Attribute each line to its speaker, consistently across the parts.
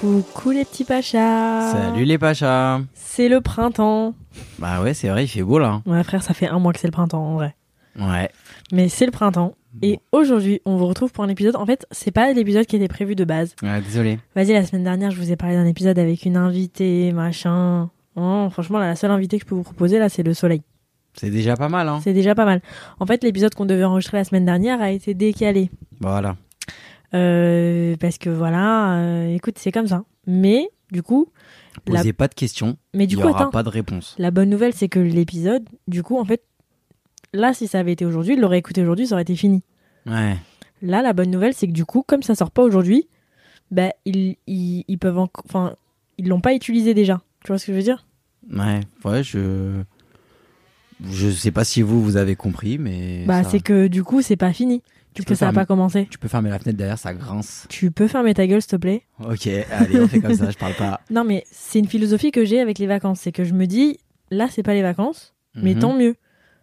Speaker 1: Coucou les petits pachas
Speaker 2: Salut les Pachas
Speaker 1: C'est le printemps
Speaker 2: Bah ouais, c'est vrai, il fait beau là.
Speaker 1: Ouais frère, ça fait un mois que c'est le printemps en vrai.
Speaker 2: Ouais.
Speaker 1: Mais c'est le printemps. Et aujourd'hui, on vous retrouve pour un épisode. En fait, c'est pas l'épisode qui était prévu de base.
Speaker 2: Ouais, désolé.
Speaker 1: Vas-y, la semaine dernière, je vous ai parlé d'un épisode avec une invitée, machin. Oh, franchement, là, la seule invitée que je peux vous proposer, là, c'est le soleil.
Speaker 2: C'est déjà pas mal, hein.
Speaker 1: C'est déjà pas mal. En fait, l'épisode qu'on devait enregistrer la semaine dernière a été décalé.
Speaker 2: Voilà.
Speaker 1: Euh, parce que voilà, euh, écoute, c'est comme ça. Mais, du coup, La-
Speaker 2: Posez pas de questions,
Speaker 1: mais du
Speaker 2: il y
Speaker 1: coup,
Speaker 2: aura
Speaker 1: attends.
Speaker 2: pas de réponse.
Speaker 1: La bonne nouvelle, c'est que l'épisode, du coup, en fait, là, si ça avait été aujourd'hui, il l'aurait écouté aujourd'hui, ça aurait été fini.
Speaker 2: Ouais.
Speaker 1: Là, la bonne nouvelle, c'est que du coup, comme ça sort pas aujourd'hui, bah, ils, ils, ils peuvent enco- enfin, ils l'ont pas utilisé déjà. Tu vois ce que je veux dire
Speaker 2: Ouais, ouais, je. Je sais pas si vous, vous avez compris, mais.
Speaker 1: Bah,
Speaker 2: ça-
Speaker 1: c'est que du coup, c'est pas fini.
Speaker 2: Tu
Speaker 1: Parce
Speaker 2: peux
Speaker 1: que ça a
Speaker 2: fermer-
Speaker 1: pas commencé.
Speaker 2: Tu peux fermer la fenêtre derrière, ça grince.
Speaker 1: Tu peux fermer ta gueule, s'il te plaît
Speaker 2: Ok, allez, on fait comme ça, je parle pas.
Speaker 1: Non, mais c'est une philosophie que j'ai avec les vacances. C'est que je me dis, là, c'est pas les vacances, mais
Speaker 2: Mhm.
Speaker 1: tant mieux.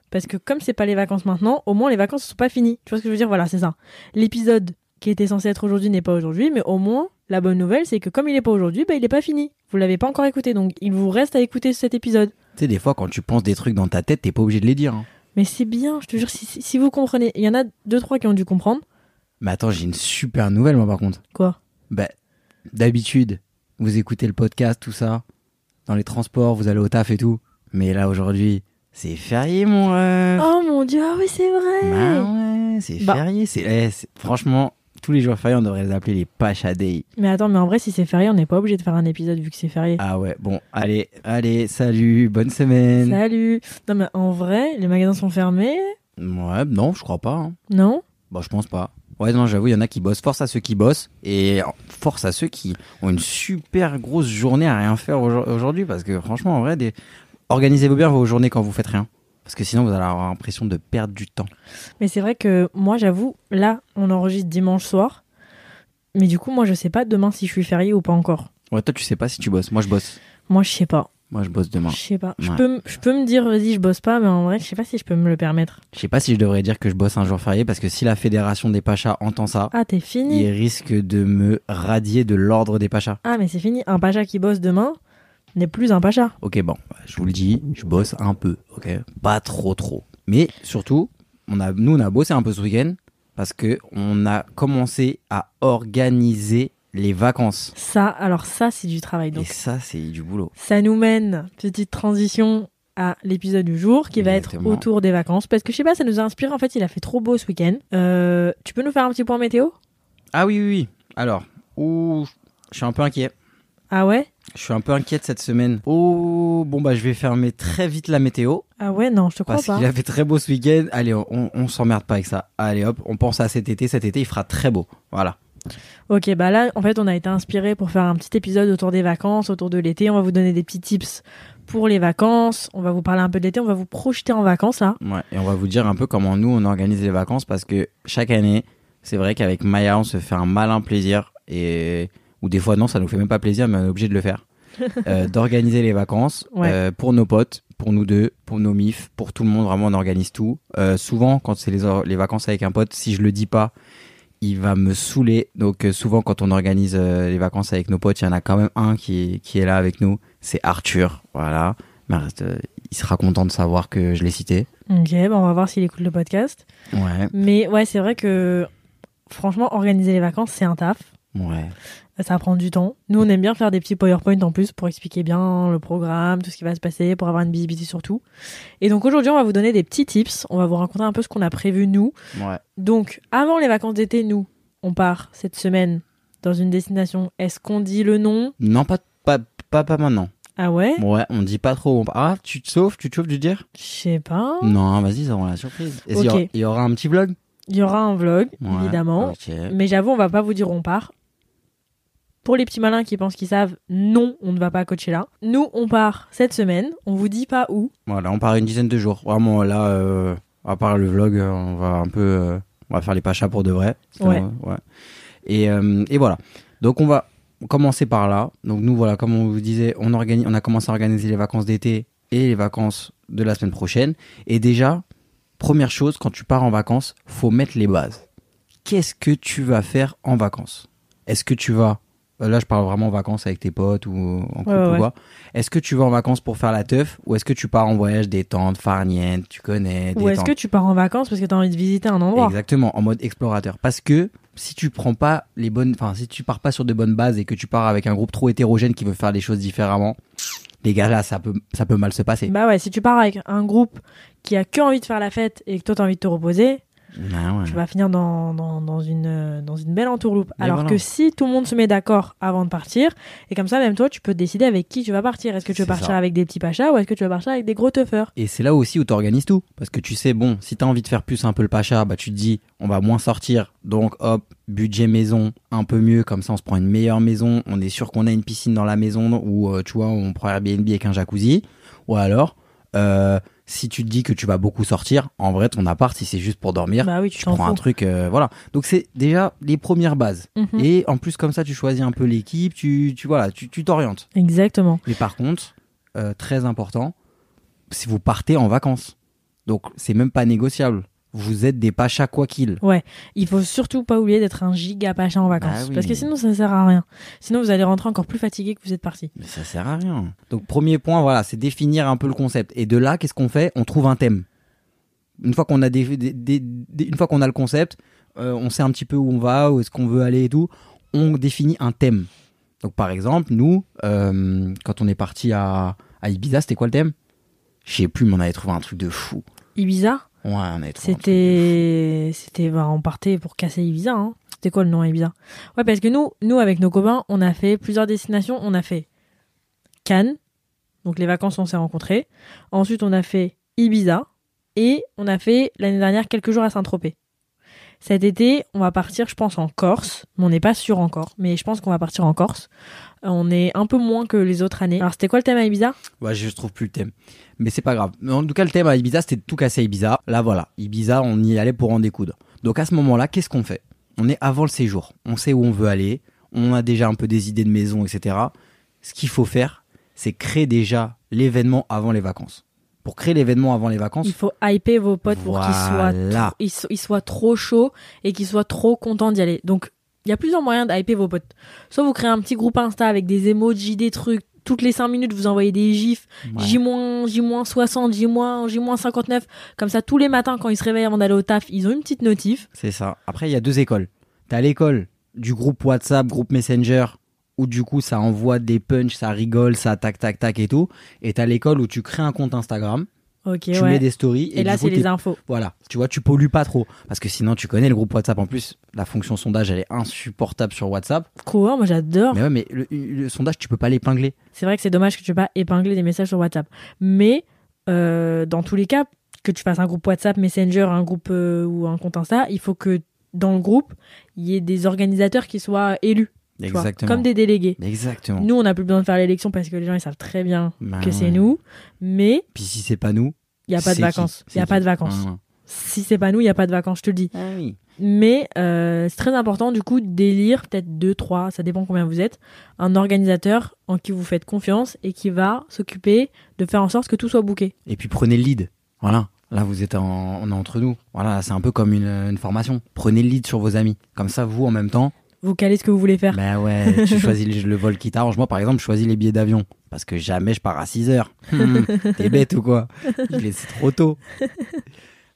Speaker 1: Parce que comme c'est pas les vacances maintenant, au moins les vacances ne sont pas finies. Tu vois ce que je veux dire Voilà, c'est ça. L'épisode qui était censé être aujourd'hui n'est pas aujourd'hui, mais au moins la bonne nouvelle c'est que comme il n'est pas aujourd'hui, bah, il n'est pas fini. Vous l'avez pas encore écouté, donc il vous reste à écouter cet épisode.
Speaker 2: Tu sais, des fois, quand tu penses des trucs dans ta tête, t'es pas obligé de les dire. hein.
Speaker 1: Mais c'est bien, je te jure, si, si- si vous comprenez, il y en a deux trois qui ont dû comprendre.
Speaker 2: Mais attends, j'ai une super nouvelle, moi, par contre.
Speaker 1: Quoi
Speaker 2: Bah, d'habitude, vous écoutez le podcast, tout ça, dans les transports, vous allez au taf et tout. Mais là, aujourd'hui, c'est férié, mon ref.
Speaker 1: Oh mon dieu, ah oui c'est vrai.
Speaker 2: Bah ouais, c'est
Speaker 1: Bah.
Speaker 2: férié. C'est, eh, c'est- Franchement, tous les jours fériés, on devrait les appeler les Pacha Day.
Speaker 1: Mais attends, mais en vrai si c'est férié, on n'est pas obligé de faire un épisode vu que c'est férié.
Speaker 2: Ah ouais, bon, allez, allez, salut, bonne semaine.
Speaker 1: Salut. Non mais en vrai, les magasins sont fermés,
Speaker 2: Ouais, non, je crois pas. hein.
Speaker 1: non
Speaker 2: Bon, je pense pas. Ouais, non, j'avoue, il y en a qui bossent. Force à ceux qui bossent et force à ceux qui ont une super grosse journée à rien faire aujo- aujourd'hui parce que franchement, en vrai, des... organisez-vous bien vos journées quand vous faites rien. Parce que sinon, vous allez avoir l'impression de perdre du temps.
Speaker 1: Mais c'est vrai que moi, j'avoue, là, on enregistre dimanche soir. Mais du coup, moi, je sais pas demain si je suis férié ou pas encore.
Speaker 2: Ouais, toi, tu sais pas si tu bosses. Moi, je bosse.
Speaker 1: Moi, je sais pas.
Speaker 2: Moi, je bosse demain.
Speaker 1: Je sais pas. Je
Speaker 2: Ouais.
Speaker 1: peux, m- je peux me dire, vas-y, je bosse pas, mais en vrai, je sais pas si je peux me le permettre.
Speaker 2: Je sais pas si je devrais dire que je bosse un jour férié parce que si la fédération des Pachas entend ça,
Speaker 1: Ah, t'es fini.
Speaker 2: il risque de me radier de l'ordre des Pachas.
Speaker 1: Ah, mais c'est fini. Un pacha qui bosse demain n'est plus un pacha.
Speaker 2: Ok, bon, bah, je vous le dis, je bosse un peu, ok Pas trop, trop. Mais surtout, on a, nous, on a bossé un peu ce week-end parce que on a commencé à organiser les vacances.
Speaker 1: Ça, alors ça, c'est du travail.
Speaker 2: Et
Speaker 1: Donc,
Speaker 2: ça, c'est du boulot.
Speaker 1: ça nous mène, petite transition, à l'épisode du jour qui va être
Speaker 2: Exactement.
Speaker 1: autour des vacances. Parce que je sais pas, ça nous a inspiré. En fait, il a fait trop beau ce week-end. Euh, tu peux nous faire un petit point météo
Speaker 2: Ah oui, oui, oui. Alors, ouh, je suis un peu inquiet.
Speaker 1: Ah ouais
Speaker 2: Je suis un peu inquiète cette semaine. Oh, bon, bah, je vais fermer très vite la météo
Speaker 1: Ah ouais, non, je te crois
Speaker 2: parce
Speaker 1: pas.
Speaker 2: qu'il a fait très beau ce week-end. Allez, on, on- on s'emmerde pas avec ça. Allez, hop, on pense à cet été. Cet été, il fera très beau. Voilà.
Speaker 1: Ok, bah là, en fait, on a été inspiré pour faire un petit épisode autour des vacances, autour de l'été. On va vous donner des petits tips pour les vacances. On va vous parler un peu de l'été. On va vous projeter en vacances, là.
Speaker 2: Ouais, et on va vous dire un peu comment nous on organise les vacances parce que chaque année, c'est vrai qu'avec Maya, on se fait un malin plaisir et ou des fois non, ça nous fait même pas plaisir, mais on est obligé de le faire. Euh, d'organiser les vacances
Speaker 1: Ouais.
Speaker 2: euh, pour nos potes, pour nous deux, pour nos mifs, pour tout le monde, vraiment on organise tout. Euh, souvent quand c'est les, or- les vacances avec un pote, si je le dis pas, il va me saouler. Donc euh, souvent quand on organise euh, les vacances avec nos potes, il y en a quand même un qui, qui est là avec nous, c'est Arthur, voilà. Mais reste, euh, il sera content de savoir que je l'ai cité.
Speaker 1: Ok, bah on va voir s'il écoute le podcast.
Speaker 2: Ouais.
Speaker 1: Mais ouais, c'est vrai que, franchement, organiser les vacances, c'est un taf.
Speaker 2: Ouais.
Speaker 1: Ça prend du temps. Nous, on aime bien faire des petits PowerPoint en plus pour expliquer bien le programme, tout ce qui va se passer, pour avoir une visibilité sur tout. Et donc aujourd'hui, on va vous donner des petits tips. On va vous raconter un peu ce qu'on a prévu, nous,
Speaker 2: Ouais.
Speaker 1: Donc, avant les vacances d'été, nous, on part cette semaine dans une destination. Est-ce qu'on dit le nom
Speaker 2: Non, pas, pas, pas, pas maintenant.
Speaker 1: Ah ouais
Speaker 2: Ouais, on dit pas trop. on- Ah, tu te sauves, tu te chauffes de dire
Speaker 1: Je sais pas.
Speaker 2: Non, vas-y, ça rend la surprise. Est-ce qu'il y
Speaker 1: Ok.
Speaker 2: aura- Il y aura un petit vlog
Speaker 1: Il y aura un vlog,
Speaker 2: Ouais,
Speaker 1: évidemment.
Speaker 2: ok.
Speaker 1: Mais j'avoue, on va pas vous dire on part. Pour les petits malins qui pensent qu'ils savent, non, on ne va pas coacher là. Nous, on part cette semaine. On vous dit pas où.
Speaker 2: Voilà, on part une dizaine de jours. Vraiment, là, euh, à part le vlog, euh, on va un peu. euh, on va faire les pachas pour de vrai. Parce que,
Speaker 1: Ouais.
Speaker 2: euh, ouais. Et, euh, et voilà. Donc, on va commencer par là. Donc, nous, voilà, comme on vous disait, on, organise, on a commencé à organiser les vacances d'été et les vacances de la semaine prochaine. Et déjà, première chose, quand tu pars en vacances, faut mettre les bases. Qu'est-ce que tu vas faire en vacances Est-ce que tu vas. euh, Là, je parle vraiment vacances avec tes potes ou en couple
Speaker 1: Ouais, ouais,
Speaker 2: ou
Speaker 1: ouais.
Speaker 2: quoi. Est-ce que tu vas en vacances pour faire la teuf ou est-ce que tu pars en voyage détente, farniente, tu connais,
Speaker 1: Ou est-ce
Speaker 2: détente
Speaker 1: que tu pars en vacances parce que t'as envie de visiter un endroit
Speaker 2: Exactement, en mode explorateur. Parce que si tu prends pas les bonnes, enfin si tu pars pas sur de bonnes bases et que tu pars avec un groupe trop hétérogène qui veut faire les choses différemment, les gars là ça peut ça peut mal se passer.
Speaker 1: Bah ouais, si tu pars avec un groupe qui a que envie de faire la fête et que toi t'as envie de te reposer,
Speaker 2: Ah ouais.
Speaker 1: tu vas finir dans, dans, dans une, euh, dans une belle entourloupe.
Speaker 2: Mais
Speaker 1: Alors
Speaker 2: voilà.
Speaker 1: que si tout le monde se met d'accord avant de partir, et comme ça, même toi, tu peux décider avec qui tu vas partir. Est-ce que tu veux
Speaker 2: C'est
Speaker 1: partir
Speaker 2: ça.
Speaker 1: avec des petits pachas ou est-ce que tu veux partir avec des gros teufeurs
Speaker 2: Et c'est là aussi où tu organises tout. Parce que tu sais, bon, si tu as envie de faire plus un peu le pacha, bah tu te dis, on va moins sortir. Donc hop, budget maison, un peu mieux. Comme ça, on se prend une meilleure maison. On est sûr qu'on a une piscine dans la maison ou, euh, tu vois, on prend Airbnb avec un jacuzzi. Ou alors, euh, si tu te dis que tu vas beaucoup sortir, en vrai, ton appart, si c'est juste pour dormir,
Speaker 1: Bah oui, tu
Speaker 2: tu
Speaker 1: t'en
Speaker 2: prends un
Speaker 1: fous.
Speaker 2: truc. euh, voilà. Donc c'est déjà les premières bases.
Speaker 1: Mhm.
Speaker 2: Et en plus, comme ça, tu choisis un peu l'équipe. Tu, tu, voilà, tu tu t'orientes.
Speaker 1: Exactement.
Speaker 2: Mais par contre, euh, très important, si vous partez en vacances, donc c'est même pas négociable. Vous êtes des pachas quoi qu'il.
Speaker 1: Il faut surtout pas oublier d'être un giga pacha en vacances.
Speaker 2: Bah oui.
Speaker 1: Parce que sinon, ça sert à rien. Sinon, vous allez rentrer encore plus fatigué que vous êtes parti.
Speaker 2: Mais ça sert à rien. Donc premier point, voilà, c'est définir un peu le concept. Et de là, qu'est-ce qu'on fait On trouve un thème. Une fois qu'on a des, des- des- des- une fois qu'on a le concept, euh, on sait un petit peu où on va, où est-ce qu'on veut aller et tout. On définit un thème. Donc par exemple, nous, euh, quand on est parti à, à Ibiza, c'était quoi le thème Je sais plus, mais on avait trouvé un truc de fou.
Speaker 1: Ibiza,
Speaker 2: Ouais, on avait trouvé un truc de
Speaker 1: c'était. c'était bah, on partait pour casser Ibiza. Hein. C'était quoi le nom Ibiza Ouais, parce que nous, nous, avec nos copains, on a fait plusieurs destinations. On a fait Cannes, donc les vacances, on s'est rencontrés. Ensuite, on a fait Ibiza. Et on a fait l'année dernière quelques jours à Saint-Tropez. Cet été, on va partir, je pense, en Corse. Mais on n'est pas sûr encore. Mais je pense qu'on va partir en Corse. Euh, On est un peu moins que les autres années. Alors, c'était quoi le thème à Ibiza
Speaker 2: Ouais, je trouve plus le thème. Mais c'est pas grave. Mais En tout cas, le thème à Ibiza, c'était de tout casser à Ibiza. Là, voilà. Ibiza, on y allait pour en découdre. Donc à ce moment-là, qu'est-ce qu'on fait On est avant le séjour. On sait où on veut aller. On a déjà un peu des idées de maison, etc. Ce qu'il faut faire, c'est créer déjà l'événement avant les vacances. Pour créer l'événement avant les vacances,
Speaker 1: Il faut hyper vos potes pour qu'ils soient,
Speaker 2: Voilà.
Speaker 1: tr- ils, so- ils soient trop chauds et qu'ils soient trop contents d'y aller. Donc, il y a plusieurs moyens de hyper vos potes. Soit vous créez un petit groupe Insta avec des emojis, des trucs. Toutes les 5 minutes, vous envoyez des gifs.
Speaker 2: ouais.
Speaker 1: J-, J-60, J-, J-59. Comme ça, tous les matins, quand ils se réveillent avant d'aller au taf, ils ont une petite notif.
Speaker 2: C'est ça. Après, il y a deux écoles. T'as l'école du groupe WhatsApp, groupe Messenger, où du coup ça envoie des punchs, ça rigole, ça tac tac tac et tout. Et t'as l'école où tu crées un compte Instagram,
Speaker 1: Ok,
Speaker 2: tu
Speaker 1: ouais.
Speaker 2: mets des stories et,
Speaker 1: Et là,
Speaker 2: du coup,
Speaker 1: c'est les
Speaker 2: t'es-
Speaker 1: infos.
Speaker 2: Voilà, tu vois, tu pollues pas trop. Parce que sinon, tu connais le groupe WhatsApp. En plus, la fonction sondage, elle est insupportable sur WhatsApp.
Speaker 1: Cool, moi j'adore.
Speaker 2: Mais ouais, mais le, le sondage, tu peux pas l'épingler.
Speaker 1: C'est vrai que c'est dommage que tu ne pas épingler des messages sur WhatsApp. Mais euh, dans tous les cas, que tu fasses un groupe WhatsApp, Messenger, un groupe euh, ou un compte Insta, il faut que dans le groupe, il y ait des organisateurs qui soient élus, tu vois, comme des délégués.
Speaker 2: Exactement.
Speaker 1: Nous, on n'a plus besoin de faire l'élection parce que les gens, ils savent très bien
Speaker 2: Bah
Speaker 1: que c'est
Speaker 2: ouais.
Speaker 1: nous, mais
Speaker 2: Puis si c'est pas nous.
Speaker 1: il n'y a pas de
Speaker 2: c'est
Speaker 1: vacances.
Speaker 2: qui
Speaker 1: Il n'y a
Speaker 2: C'est
Speaker 1: pas
Speaker 2: qui
Speaker 1: de vacances.
Speaker 2: Ah,
Speaker 1: Si c'est pas nous, il n'y a pas de vacances, je te le dis.
Speaker 2: ah oui.
Speaker 1: Mais euh, c'est très important du coup d'élire peut-être deux, trois, ça dépend combien vous êtes, un organisateur en qui vous faites confiance et qui va s'occuper de faire en sorte que tout soit bouqué.
Speaker 2: Et puis prenez le lead. Voilà. Là, vous êtes en, on est entre nous. Voilà, c'est un peu comme une, une formation. Prenez le lead sur vos amis. Comme ça, vous, en même temps,
Speaker 1: Vous calez ce que vous voulez faire.
Speaker 2: bah ouais, tu choisis le, le vol qui t'arrange. Moi, par exemple, je choisis les billets d'avion. Parce que jamais je pars à 6 heures. Hum, T'es bête ou quoi Je les- C'est trop tôt.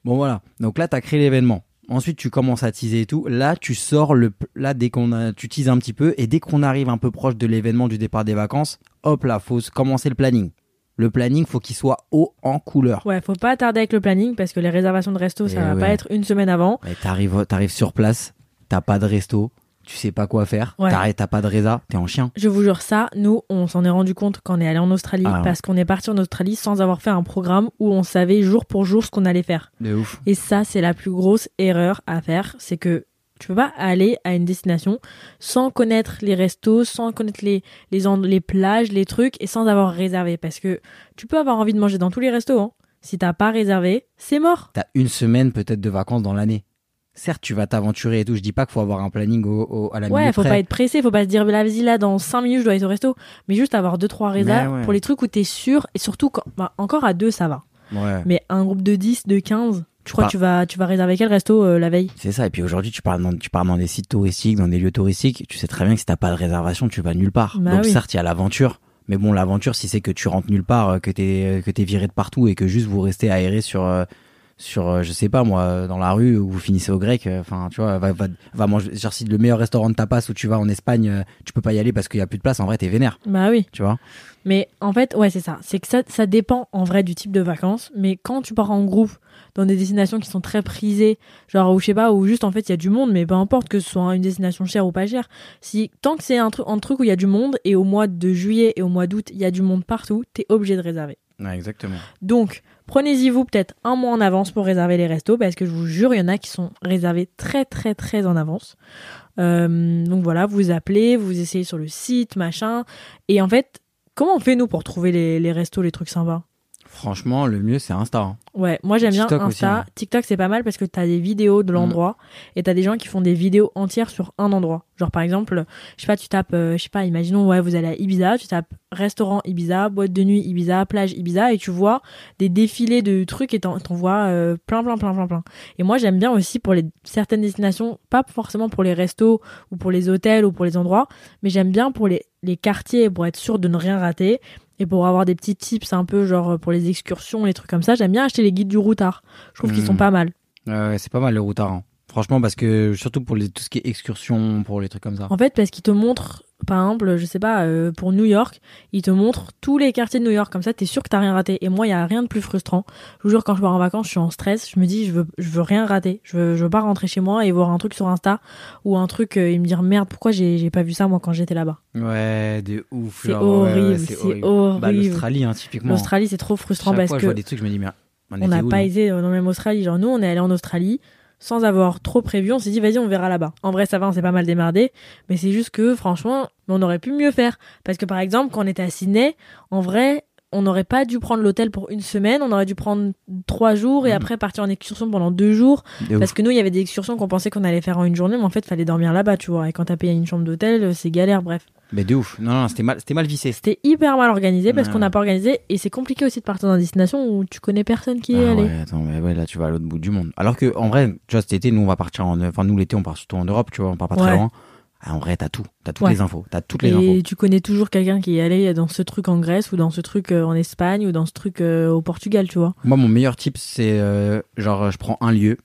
Speaker 2: Bon, voilà. Donc là, t'as créé l'événement. Ensuite, tu commences à teaser et tout. Là, tu sors le. p- Là, dès qu'on a. Tu teases un petit peu. Et dès qu'on arrive un peu proche de l'événement du départ des vacances, hop là, faut se- commencer le planning. Le planning, faut qu'il soit haut en couleur.
Speaker 1: Ouais, faut pas tarder avec le planning parce que les réservations de resto, ça
Speaker 2: Eh
Speaker 1: va
Speaker 2: ouais.
Speaker 1: pas être une semaine avant.
Speaker 2: Ouais, t'arrives, t'arrives sur place, t'as pas de resto, tu sais pas quoi faire,
Speaker 1: Ouais.
Speaker 2: t'arrêtes, t'as pas de résa, t'es en chien.
Speaker 1: Je vous jure ça, nous, on s'en est rendu compte quand on est allé en Australie,
Speaker 2: Ah ouais.
Speaker 1: parce qu'on est parti en Australie sans avoir fait un programme où on savait jour pour jour ce qu'on allait faire.
Speaker 2: De ouf.
Speaker 1: Et ça, c'est la plus grosse erreur à faire, c'est que tu peux pas aller à une destination sans connaître les restos, sans connaître les les, end- les plages, les trucs, et sans avoir réservé, parce que tu peux avoir envie de manger dans tous les restos. Hein. Si t'as pas réservé, c'est mort.
Speaker 2: T'as une semaine peut-être de vacances dans l'année. Certes, tu vas t'aventurer et tout. Je dis pas qu'il faut avoir un planning au, au- à la
Speaker 1: Ouais,
Speaker 2: minute
Speaker 1: faut
Speaker 2: près.
Speaker 1: pas être pressé, faut pas se dire là vas-y là dans 5 minutes je dois être au resto, mais juste avoir deux trois réserves
Speaker 2: ouais.
Speaker 1: pour les trucs où t'es sûr et surtout quand bah, encore à deux ça va.
Speaker 2: Ouais.
Speaker 1: Mais un groupe de 10, de 15, tu crois
Speaker 2: pars-
Speaker 1: que tu vas tu vas réserver quel resto euh, la veille
Speaker 2: C'est ça. Et puis aujourd'hui, tu pars dans, tu pars dans des sites touristiques, dans des lieux touristiques. Tu sais très bien que si t'as pas de réservation, tu vas nulle part.
Speaker 1: Bah
Speaker 2: Donc
Speaker 1: oui.
Speaker 2: certes, il y a l'aventure. Mais bon, l'aventure, si c'est que tu rentres nulle part, euh, que t'es, euh, que t'es viré de partout et que juste vous restez aéré sur, euh, sur, euh, je sais pas moi, euh, dans la rue ou vous finissez au grec. euh, Enfin, tu vois, va, va, va manger. Genre, si le meilleur restaurant de tapas où tu vas en Espagne, euh, tu peux pas y aller parce qu'il y a plus de place. En vrai, t'es vénère.
Speaker 1: Bah oui.
Speaker 2: Tu vois.
Speaker 1: Mais en fait, ouais, c'est ça. C'est que ça, ça dépend en vrai du type de vacances. Mais quand tu pars en groupe dans des destinations qui sont très prisées, genre ou je sais pas, ou juste en fait il y a du monde, mais peu importe que ce soit une destination chère ou pas chère, si tant que c'est un truc, un truc où il y a du monde et au mois de juillet et au mois d'août il y a du monde partout, t'es obligé de réserver.
Speaker 2: Ouais, exactement.
Speaker 1: Donc prenez-y vous peut-être un mois en avance pour réserver les restos, parce que je vous jure il y en a qui sont réservés très très très en avance. Euh, donc voilà, vous appelez, vous essayez sur le site, machin. Et en fait, comment on fait nous pour trouver les, les restos, les trucs sympas
Speaker 2: Franchement, le mieux, c'est Insta. hein.
Speaker 1: Ouais, moi j'aime bien
Speaker 2: TikTok aussi, Mm.
Speaker 1: Insta.
Speaker 2: hein.
Speaker 1: TikTok c'est pas mal parce que t'as des vidéos de l'endroit et t'as des gens qui font des vidéos entières sur un endroit. Genre par exemple, je sais pas, tu tapes, euh, je sais pas, imaginons, ouais, vous allez à Ibiza, tu tapes restaurant Ibiza, boîte de nuit Ibiza, plage Ibiza et tu vois des défilés de trucs et t'en t'en vois euh, plein, plein, plein, plein, plein. Et moi j'aime bien aussi pour les certaines destinations, pas forcément pour les restos ou pour les hôtels ou pour les endroits, mais j'aime bien pour les, les quartiers pour être sûr de ne rien rater. Et pour avoir des petits tips un peu genre pour les excursions, les trucs comme ça, j'aime bien acheter les guides du routard. Je trouve qu'ils
Speaker 2: Hmm.
Speaker 1: sont pas mal.
Speaker 2: Ouais, ouais, c'est pas mal le routard. hein. Franchement, parce que surtout pour les, tout ce qui est excursion, pour les trucs comme ça.
Speaker 1: En fait, parce qu'ils te montrent, par exemple, je sais pas, euh, pour New York, ils te montrent tous les quartiers de New York. Comme ça, t'es sûr que t'as rien raté. Et moi, il y a rien de plus frustrant. Je vous jure, quand je pars en vacances, je suis en stress. Je me dis, je veux, je veux rien rater. Je veux, je veux pas rentrer chez moi et voir un truc sur Insta ou un truc euh, et me dire merde, pourquoi j'ai j'ai pas vu ça moi quand j'étais là-bas.
Speaker 2: Ouais, de ouf.
Speaker 1: C'est
Speaker 2: genre, ouais, ouais,
Speaker 1: horrible,
Speaker 2: ouais,
Speaker 1: c'est horrible.
Speaker 2: Bah, L'Australie, hein, typiquement.
Speaker 1: L'Australie, c'est trop
Speaker 2: Chaque
Speaker 1: frustrant
Speaker 2: fois,
Speaker 1: parce
Speaker 2: je
Speaker 1: que
Speaker 2: vois des trucs, je me dis, mais on
Speaker 1: on
Speaker 2: était
Speaker 1: n'a
Speaker 2: où,
Speaker 1: pas
Speaker 2: nous
Speaker 1: été dans le même Australie. Genre, nous, on est allé en Australie sans avoir trop prévu. On s'est dit, vas-y, on verra là-bas. En vrai, ça va, on s'est pas mal démerdé. Mais c'est juste que, franchement, on aurait pu mieux faire. Parce que, par exemple, quand on était à Sydney, en vrai, on n'aurait pas dû prendre l'hôtel pour une semaine. On aurait dû prendre trois jours et
Speaker 2: Mhm.
Speaker 1: après partir en excursion pendant deux jours.
Speaker 2: De
Speaker 1: Parce
Speaker 2: ouf.
Speaker 1: que nous, il y avait des excursions qu'on pensait qu'on allait faire en une journée, mais en fait, fallait dormir là-bas, tu vois. Et quand t'as payé une chambre d'hôtel, c'est galère, bref.
Speaker 2: Mais de ouf. Non, non, c'était mal, c'était mal vissé.
Speaker 1: C'était hyper mal organisé parce
Speaker 2: Ouais.
Speaker 1: qu'on n'a pas organisé et c'est compliqué aussi de partir dans une destination où tu connais personne qui y est
Speaker 2: Ah
Speaker 1: allé.
Speaker 2: ouais, attends, mais ouais, là, tu vas à l'autre bout du monde. Alors que, en vrai, tu vois, cet été, nous, on va partir en, enfin, nous, l'été, on part surtout en Europe, tu vois, on part pas
Speaker 1: Ouais.
Speaker 2: très loin. Ah, en vrai, t'as tout. T'as toutes
Speaker 1: Ouais.
Speaker 2: les infos. T'as toutes les infos.
Speaker 1: Et tu connais toujours quelqu'un qui est allé dans ce truc en Grèce ou dans ce truc euh, en Espagne ou dans ce truc euh, au Portugal, tu vois.
Speaker 2: Moi, mon meilleur tip, c'est euh, genre, je prends un lieu.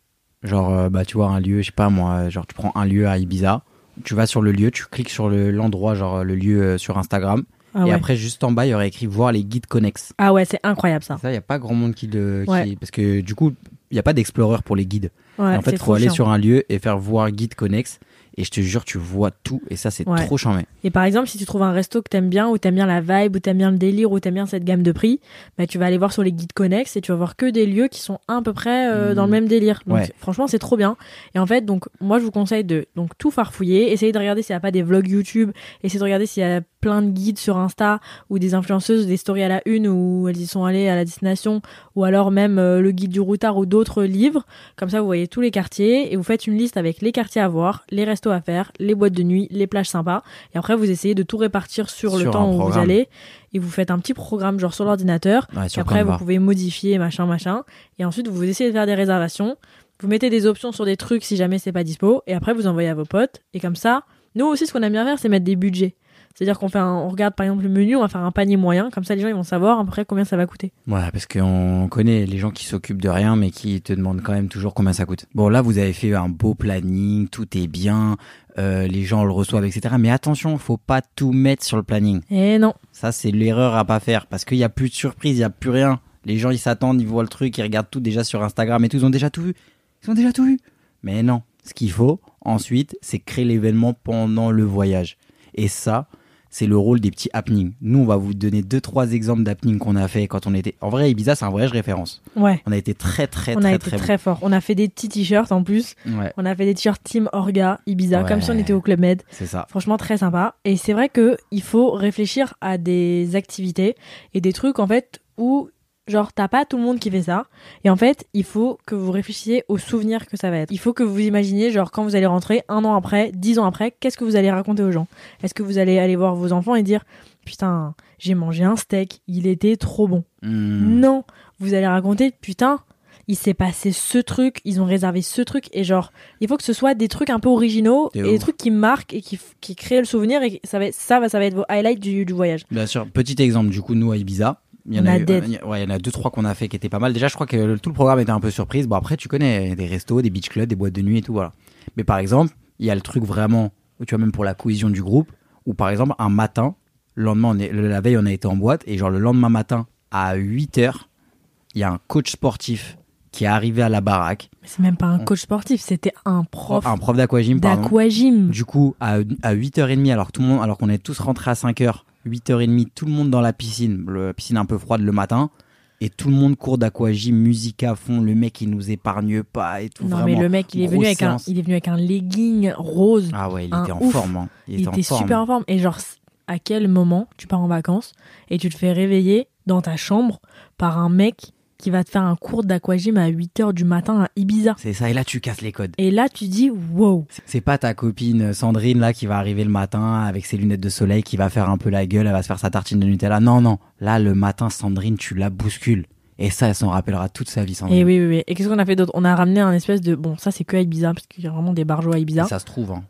Speaker 2: Genre, euh, bah, tu vois, un lieu, je sais pas moi, genre, tu prends un lieu à Ibiza, tu vas sur le lieu, tu cliques sur le- l'endroit, genre, le lieu euh, sur Instagram,
Speaker 1: Ah
Speaker 2: et
Speaker 1: ouais,
Speaker 2: après, juste en bas, il y aurait écrit voir les guides connexes.
Speaker 1: ah ouais c'est incroyable ça.
Speaker 2: Ça, il n'y a pas grand monde qui le. qui-
Speaker 1: Ouais.
Speaker 2: parce que du coup, il n'y a pas d'explorer pour les guides.
Speaker 1: Ouais,
Speaker 2: Et en fait,
Speaker 1: c'est
Speaker 2: il
Speaker 1: trop
Speaker 2: faut aller
Speaker 1: chiant.
Speaker 2: sur un lieu et faire voir guide connexe, et je te jure, tu vois tout, et ça, c'est
Speaker 1: Ouais.
Speaker 2: trop charmant.
Speaker 1: Et par exemple, si tu trouves un resto que t'aimes bien, ou t'aimes bien la vibe, ou t'aimes bien le délire, ou t'aimes bien cette gamme de prix, bah tu vas aller voir sur les guides connexes et tu vas voir que des lieux qui sont à peu près euh, dans le
Speaker 2: Mhm.
Speaker 1: même délire. Donc
Speaker 2: Ouais.
Speaker 1: franchement, c'est trop bien. Et en fait, donc moi je vous conseille de donc tout farfouiller, essayer de regarder s'il n'y a pas des vlogs YouTube, essayer de regarder s'il y a plein de guides sur Insta ou des influenceuses, des stories à la une où elles y sont allées à la destination, ou alors même euh, le guide du routard ou d'autres livres. Comme ça, vous voyez tous les quartiers et vous faites une liste avec les quartiers à voir, les restos à faire, les boîtes de nuit, les plages sympas. Et après, vous essayez de tout répartir sur, le
Speaker 2: Sur
Speaker 1: temps
Speaker 2: un
Speaker 1: où vous
Speaker 2: programme.
Speaker 1: allez et vous faites un petit programme genre sur l'ordinateur.
Speaker 2: Ouais, sur
Speaker 1: Après, vous
Speaker 2: Canva.
Speaker 1: pouvez modifier, machin, machin. Et ensuite, vous essayez de faire des réservations. Vous mettez des options sur des trucs si jamais c'est pas dispo. Et après, vous envoyez à vos potes. Et comme ça, nous aussi, ce qu'on aime bien faire, c'est mettre des budgets. C'est-à-dire qu'on fait un- on regarde par exemple le menu, on va faire un panier moyen. Comme ça, les gens, ils vont savoir à peu près combien ça va coûter.
Speaker 2: Ouais, parce qu'on connaît les gens qui s'occupent de rien, mais qui te demandent quand même toujours combien ça coûte. Bon, là, vous avez fait un beau planning, tout est bien, euh, les gens le reçoivent, etc. Mais attention, faut pas tout mettre sur le planning.
Speaker 1: Et non.
Speaker 2: Ça, c'est l'erreur à pas faire, parce qu'il n'y a plus de surprise, il n'y a plus rien. Les gens, ils s'attendent, ils voient le truc, ils regardent tout déjà sur Instagram et tout, ils ont déjà tout vu. Ils ont déjà tout vu. Mais non, Ce qu'il faut ensuite, c'est créer l'événement pendant le voyage. Et ça, c'est le rôle des petits happenings. Nous, on va vous donner deux, trois exemples d'happenings qu'on a fait quand on était. En vrai, Ibiza, c'est un voyage référence.
Speaker 1: Ouais.
Speaker 2: On a été très, très,
Speaker 1: On
Speaker 2: très,
Speaker 1: a été
Speaker 2: très,
Speaker 1: très, fort. On a fait des petits t-shirts en plus.
Speaker 2: bon. Ouais,
Speaker 1: On a fait des t-shirts Team Orga, Ibiza,
Speaker 2: Ouais.
Speaker 1: comme si on était au Club Med.
Speaker 2: c'est ça.
Speaker 1: Franchement, très sympa. Et c'est vrai que il faut réfléchir à des activités et des trucs en fait où genre t'as pas tout le monde qui fait ça. Et en fait, il faut que vous réfléchissiez aux souvenirs que ça va être. Il faut que vous imaginiez genre quand vous allez rentrer un an après, dix ans après, qu'est-ce que vous allez raconter aux gens Est-ce que vous allez aller voir vos enfants et dire putain j'ai mangé un steak, il était trop bon.
Speaker 2: Hmm.
Speaker 1: Non, vous allez raconter putain. Il s'est passé ce truc, ils ont réservé ce truc, et genre, il faut que ce soit des trucs un peu originaux,
Speaker 2: De
Speaker 1: et
Speaker 2: ouf.
Speaker 1: des trucs qui marquent et qui, f- qui créent le souvenir, et ça va, ça va, ça va être vos highlights du, du voyage.
Speaker 2: Bien sûr. Petit exemple, du coup, nous à Ibiza. Il y en
Speaker 1: On
Speaker 2: a,
Speaker 1: a
Speaker 2: eu-
Speaker 1: dead.
Speaker 2: il y a- ouais, il y en a deux, trois qu'on a fait qui étaient pas mal. Déjà, je crois que le- tout le programme était un peu surprise. Bon, après, tu connais il y a des restos, des beach clubs, des boîtes de nuit et tout, voilà. Mais par exemple, il y a le truc vraiment, tu vois, même pour la cohésion du groupe, où par exemple, un matin, le lendemain, on est, le- la veille, on a été en boîte, et genre le lendemain matin, à 8 heures, il y a un coach sportif qui est arrivé à la baraque,
Speaker 1: Mais c'est même pas un coach sportif, c'était un prof
Speaker 2: Hmm. Ah, un prof d'aquagym, pardon.
Speaker 1: d'aquagym.
Speaker 2: Du coup, à, à 8h30, alors que tout le monde, alors qu'on est tous rentrés à 5h, 8h30, tout le monde dans la piscine, le piscine un peu froide le matin, et tout le monde court d'aquagym, musique à fond, le mec il nous épargne pas et tout.
Speaker 1: Non,
Speaker 2: vraiment.
Speaker 1: mais le mec, il est, venu
Speaker 2: grosse
Speaker 1: avec un,
Speaker 2: séance.
Speaker 1: il est venu avec un legging rose.
Speaker 2: Ah ouais, il
Speaker 1: un
Speaker 2: était en
Speaker 1: ouf.
Speaker 2: forme. hein. Il,
Speaker 1: il
Speaker 2: en
Speaker 1: était
Speaker 2: forme.
Speaker 1: super en forme. Et genre, c- à quel moment tu pars en vacances et tu te fais réveiller dans ta chambre par un mec qui va te faire un cours d'aquagym à 8h du matin à Ibiza
Speaker 2: C'est ça, et là tu casses les codes.
Speaker 1: Et là, tu dis, wow.
Speaker 2: C'est- C'est pas ta copine euh, Sandrine là qui va arriver le matin avec ses lunettes de soleil, qui va faire un peu la gueule, elle va se faire sa tartine de Nutella. Non, non, là le matin Sandrine, tu la bouscules. Et ça, elle s'en rappellera toute sa vie, Sandrine.
Speaker 1: Et Eh oui, oui, oui. Et qu'est-ce qu'on a fait d'autre On a ramené un espèce de. Bon, ça, c'est que à Ibiza, parce qu'il y a vraiment des barjots à Ibiza.
Speaker 2: Et ça se trouve, hein.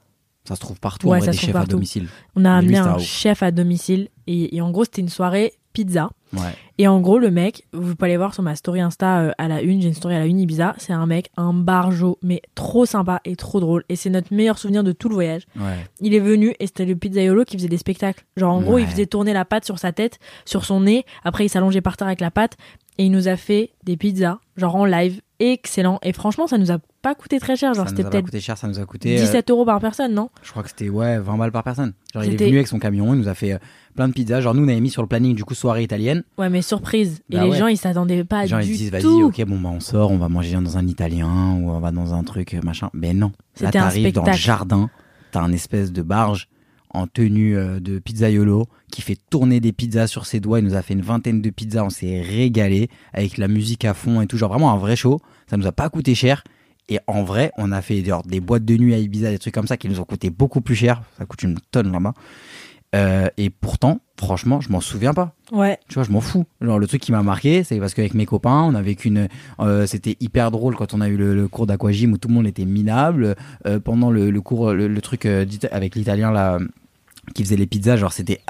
Speaker 2: Ça se trouve partout,
Speaker 1: Ouais,
Speaker 2: en vrai,
Speaker 1: ça
Speaker 2: des
Speaker 1: se trouve
Speaker 2: chefs à
Speaker 1: partout.
Speaker 2: domicile.
Speaker 1: On a
Speaker 2: Mais
Speaker 1: amené
Speaker 2: lui, c'était un
Speaker 1: un
Speaker 2: ouf.
Speaker 1: chef à domicile. Et, et en gros, c'était une soirée pizza.
Speaker 2: Ouais.
Speaker 1: Et en gros, le mec, vous pouvez aller voir sur ma story Insta euh, à la une, j'ai une story à la une Ibiza. C'est un mec, un barjo, mais trop sympa et trop drôle. Et c'est notre meilleur souvenir de tout le voyage.
Speaker 2: ouais.
Speaker 1: Il est venu et c'était le pizzaiolo qui faisait des spectacles. Genre, en gros,
Speaker 2: Ouais.
Speaker 1: il faisait tourner la pâte sur sa tête, sur son nez. Après, il s'allongeait par terre avec la pâte et il nous a fait des pizzas, genre en live. Excellent. Et franchement, ça nous a pas coûté très cher. Ah, Genre,
Speaker 2: ça
Speaker 1: c'était
Speaker 2: nous a pas
Speaker 1: peut-être
Speaker 2: coûté cher, ça nous a coûté. euh,
Speaker 1: 17 euros par personne, non
Speaker 2: je crois que c'était ouais, 20 balles par personne. Genre, il est
Speaker 1: C'était-
Speaker 2: venu avec son camion, il nous a fait euh, plein de pizzas. Genre, nous, on avait mis sur le planning du coup soirée italienne.
Speaker 1: Ouais, mais surprise.
Speaker 2: Bah
Speaker 1: et les
Speaker 2: ouais.
Speaker 1: gens, ils s'attendaient pas
Speaker 2: Les gens,
Speaker 1: Ah, du
Speaker 2: ils disent, vas-y,
Speaker 1: tout.
Speaker 2: ok, bon, bah, on sort, on va manger dans un italien ou on va dans un truc, euh, machin. Mais non. Là,
Speaker 1: C'était un
Speaker 2: t'arrives dans le
Speaker 1: spectacle.
Speaker 2: jardin, t'as un espèce de barge en tenue euh, de pizzaiolo qui fait tourner des pizzas sur ses doigts. Il nous a fait une vingtaine de pizzas, on s'est régalé avec la musique à fond et tout. Genre vraiment un vrai show. Ça nous a pas coûté cher. Et en vrai, on a fait genre, des boîtes de nuit à Ibiza, des trucs comme ça qui nous ont coûté beaucoup plus cher. Ça coûte une tonne là-bas. Euh, et pourtant, franchement, je m'en souviens pas.
Speaker 1: Ouais.
Speaker 2: Tu vois, je m'en fous. Genre, le truc qui m'a marqué, c'est parce qu'avec mes copains, on avait qu'une. euh, c'était hyper drôle quand on a eu le, le cours d'aquagym où tout le monde était minable. Euh, pendant le, le cours, le, le truc euh, d'Ita- avec l'italien là, euh, qui faisait les pizzas, genre, c'était.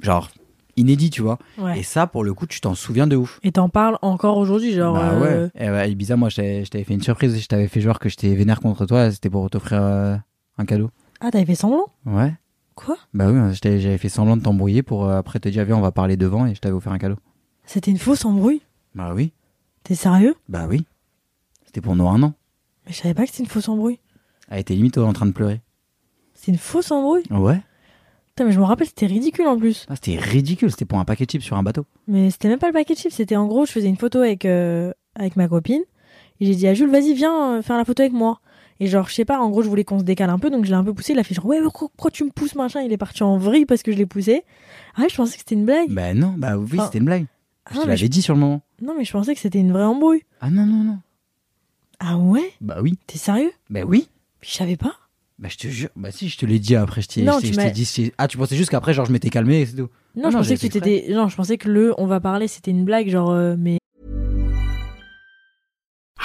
Speaker 2: Genre, inédit, tu vois.
Speaker 1: ouais.
Speaker 2: Et ça, pour le coup, tu t'en souviens de ouf.
Speaker 1: Et t'en parles encore aujourd'hui, genre.
Speaker 2: bah
Speaker 1: euh,
Speaker 2: ouais. Et ouais, Ibiza, moi, je t'avais je t'avais fait une surprise. Je t'avais fait genre que je t'ai vénère contre toi. C'était pour t'offrir euh, un cadeau.
Speaker 1: Ah, t'avais fait semblant
Speaker 2: Ouais.
Speaker 1: Quoi
Speaker 2: Bah oui, je t'avais- j'avais fait semblant de t'embrouiller pour euh, après te dire, viens, on va parler devant et je t'avais offert un cadeau.
Speaker 1: C'était une fausse embrouille
Speaker 2: Bah oui.
Speaker 1: T'es sérieux
Speaker 2: Bah oui. C'était pour nous un an.
Speaker 1: Mais je savais pas que c'était une fausse embrouille.
Speaker 2: Elle était limite en train de pleurer.
Speaker 1: C'est une fausse embrouille
Speaker 2: Ouais.
Speaker 1: Putain, mais je me rappelle, c'était ridicule en plus.
Speaker 2: Ah, c'était ridicule. C'était pour un paquet de chips sur un bateau.
Speaker 1: Mais c'était même pas le paquet de chips, c'était en gros, je faisais une photo avec, euh, avec ma copine. Et j'ai dit à Jules, vas-y, viens euh, faire la photo avec moi. Et genre, je sais pas, en gros, je voulais qu'on se décale un peu, donc je l'ai un peu poussé. Il a fait genre, ouais, pourquoi, pourquoi tu me pousses, machin Il est parti en vrille parce que je l'ai poussé. Ah ouais, je pensais que c'était une blague.
Speaker 2: Bah non, bah oui,
Speaker 1: Ah.
Speaker 2: c'était une blague.
Speaker 1: Ah,
Speaker 2: Je
Speaker 1: non,
Speaker 2: te
Speaker 1: mais je...
Speaker 2: l'avais dit sur le moment.
Speaker 1: non, mais je pensais que c'était une vraie embrouille.
Speaker 2: Ah non, non, non.
Speaker 1: Ah ouais
Speaker 2: Bah oui.
Speaker 1: T'es sérieux
Speaker 2: Bah oui.
Speaker 1: Je savais pas.
Speaker 2: Bah je te jure. Bah si, je te l'ai dit après. Je t'ai
Speaker 1: Non,
Speaker 2: je t'ai-
Speaker 1: tu
Speaker 2: je t'ai
Speaker 1: m'as-
Speaker 2: dit. c'est- Ah, tu pensais juste qu'après, genre, je m'étais calmé et c'est tout.
Speaker 1: Non,
Speaker 2: Ah
Speaker 1: je
Speaker 2: non,
Speaker 1: pensais
Speaker 2: j'avais
Speaker 1: que tu
Speaker 2: fait exprès.
Speaker 1: t'étais. Non, je pensais que le on va parler, c'était une blague, genre, euh, mais.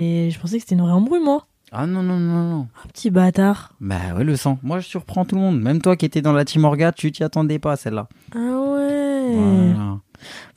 Speaker 1: Et je pensais que c'était une vraie embrouille, moi.
Speaker 2: Ah non, non, non, non.
Speaker 1: Un petit bâtard.
Speaker 2: Bah ouais, le sang. Moi, je surprends tout le monde. Même toi qui étais dans la Team Orga, tu t'y attendais pas, celle-là.
Speaker 1: Ah ouais.
Speaker 2: Voilà.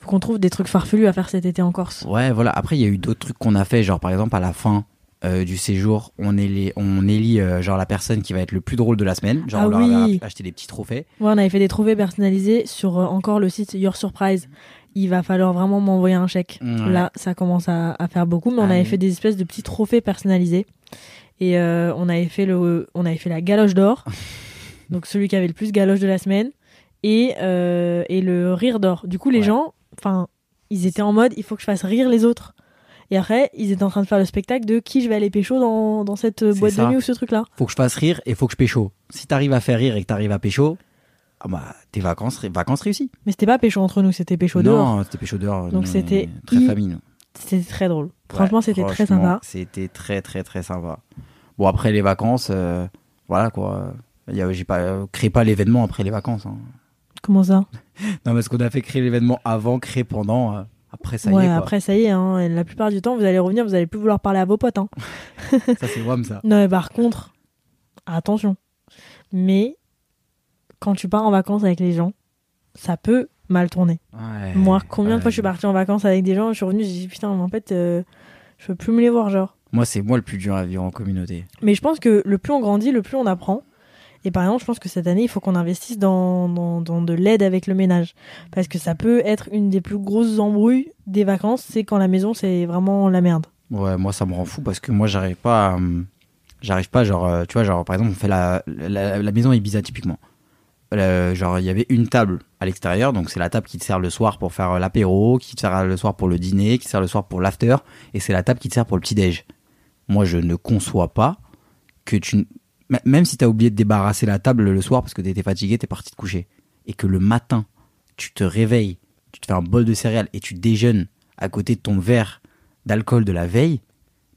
Speaker 1: Faut qu'on trouve des trucs farfelus à faire cet été en Corse.
Speaker 2: Ouais, voilà. Après, il y a eu d'autres trucs qu'on a fait. Genre, par exemple, à la fin euh, du séjour, on élit, on élit euh, genre la personne qui va être le plus drôle de la semaine. Genre,
Speaker 1: Ah
Speaker 2: on leur
Speaker 1: oui.
Speaker 2: a acheté des petits trophées.
Speaker 1: Ouais, on avait fait des trophées personnalisés sur euh, encore le site Your Surprise. Il va falloir vraiment m'envoyer un chèque.
Speaker 2: Mm, Ouais.
Speaker 1: Là, ça commence à, à faire beaucoup, mais on
Speaker 2: Allez.
Speaker 1: avait fait des espèces de petits trophées personnalisés. Et euh, on, avait fait le, on avait fait la galoche d'or, donc celui qui avait le plus galoche de la semaine, et, euh, et le rire d'or. Du coup, les
Speaker 2: Ouais.
Speaker 1: gens, enfin, ils étaient en mode il faut que je fasse rire les autres. Et après, ils étaient en train de faire le spectacle de qui je vais aller pécho dans, dans cette
Speaker 2: C'est
Speaker 1: boîte
Speaker 2: ça.
Speaker 1: de nuit ou ce truc-là.
Speaker 2: Faut que je fasse rire et faut que je pécho. Si t'arrives à faire rire et que t'arrives à pécho, ah bah, tes vacances, ré- vacances réussies.
Speaker 1: Mais c'était pas pécho entre nous, c'était pécho dehors.
Speaker 2: non, c'était pécho dehors.
Speaker 1: Donc,
Speaker 2: nous,
Speaker 1: c'était
Speaker 2: on est Très
Speaker 1: i-
Speaker 2: famille. nous.
Speaker 1: C'était très drôle. Franchement,
Speaker 2: Ouais,
Speaker 1: c'était très
Speaker 2: franchement,
Speaker 1: sympa.
Speaker 2: C'était très très très sympa. Bon après les vacances, euh, voilà quoi. Il y a- J'ai pas euh, créé pas l'événement après les vacances. hein.
Speaker 1: Comment ça
Speaker 2: Non mais ce qu'on a fait créer l'événement avant, créer pendant, euh, après ça
Speaker 1: Ouais,
Speaker 2: y est quoi.
Speaker 1: après, ça y est, hein, et la plupart du temps, vous allez revenir, vous allez plus vouloir parler à vos potes. hein.
Speaker 2: Ça c'est WAM ça.
Speaker 1: Non, mais par contre, attention. Mais quand tu pars en vacances avec les gens, ça peut mal tourner.
Speaker 2: Ouais. Euh,
Speaker 1: Moi, combien de
Speaker 2: Eh, Ouais.
Speaker 1: fois je suis partie en vacances avec des gens, je suis revenue, j'ai dit putain, mais en fait, euh, je peux plus me les voir, genre.
Speaker 2: Moi c'est moi le plus dur à vivre en communauté.
Speaker 1: Mais je pense que le plus on grandit, le plus on apprend. Et par exemple, je pense que cette année, il faut qu'on investisse dans, dans, dans de l'aide avec le ménage. Parce que ça peut être une des plus grosses embrouilles des vacances, c'est quand la maison, c'est vraiment la merde.
Speaker 2: Ouais moi ça me rend fou parce que moi j'arrive pas, à, euh, j'arrive pas genre euh, tu vois genre par exemple on fait la la, la maison Ibiza typiquement. Euh, genre il y avait une table à l'extérieur donc c'est la table qui te sert le soir pour faire euh, l'apéro qui te sert le soir pour le dîner qui te sert le soir pour l'after et c'est la table qui te sert pour le petit déj moi je ne conçois pas que tu n- m- même si t'as oublié de débarrasser la table le soir parce que t'étais fatigué t'es parti te coucher et que le matin tu te réveilles tu te fais un bol de céréales et tu déjeunes à côté de ton verre d'alcool de la veille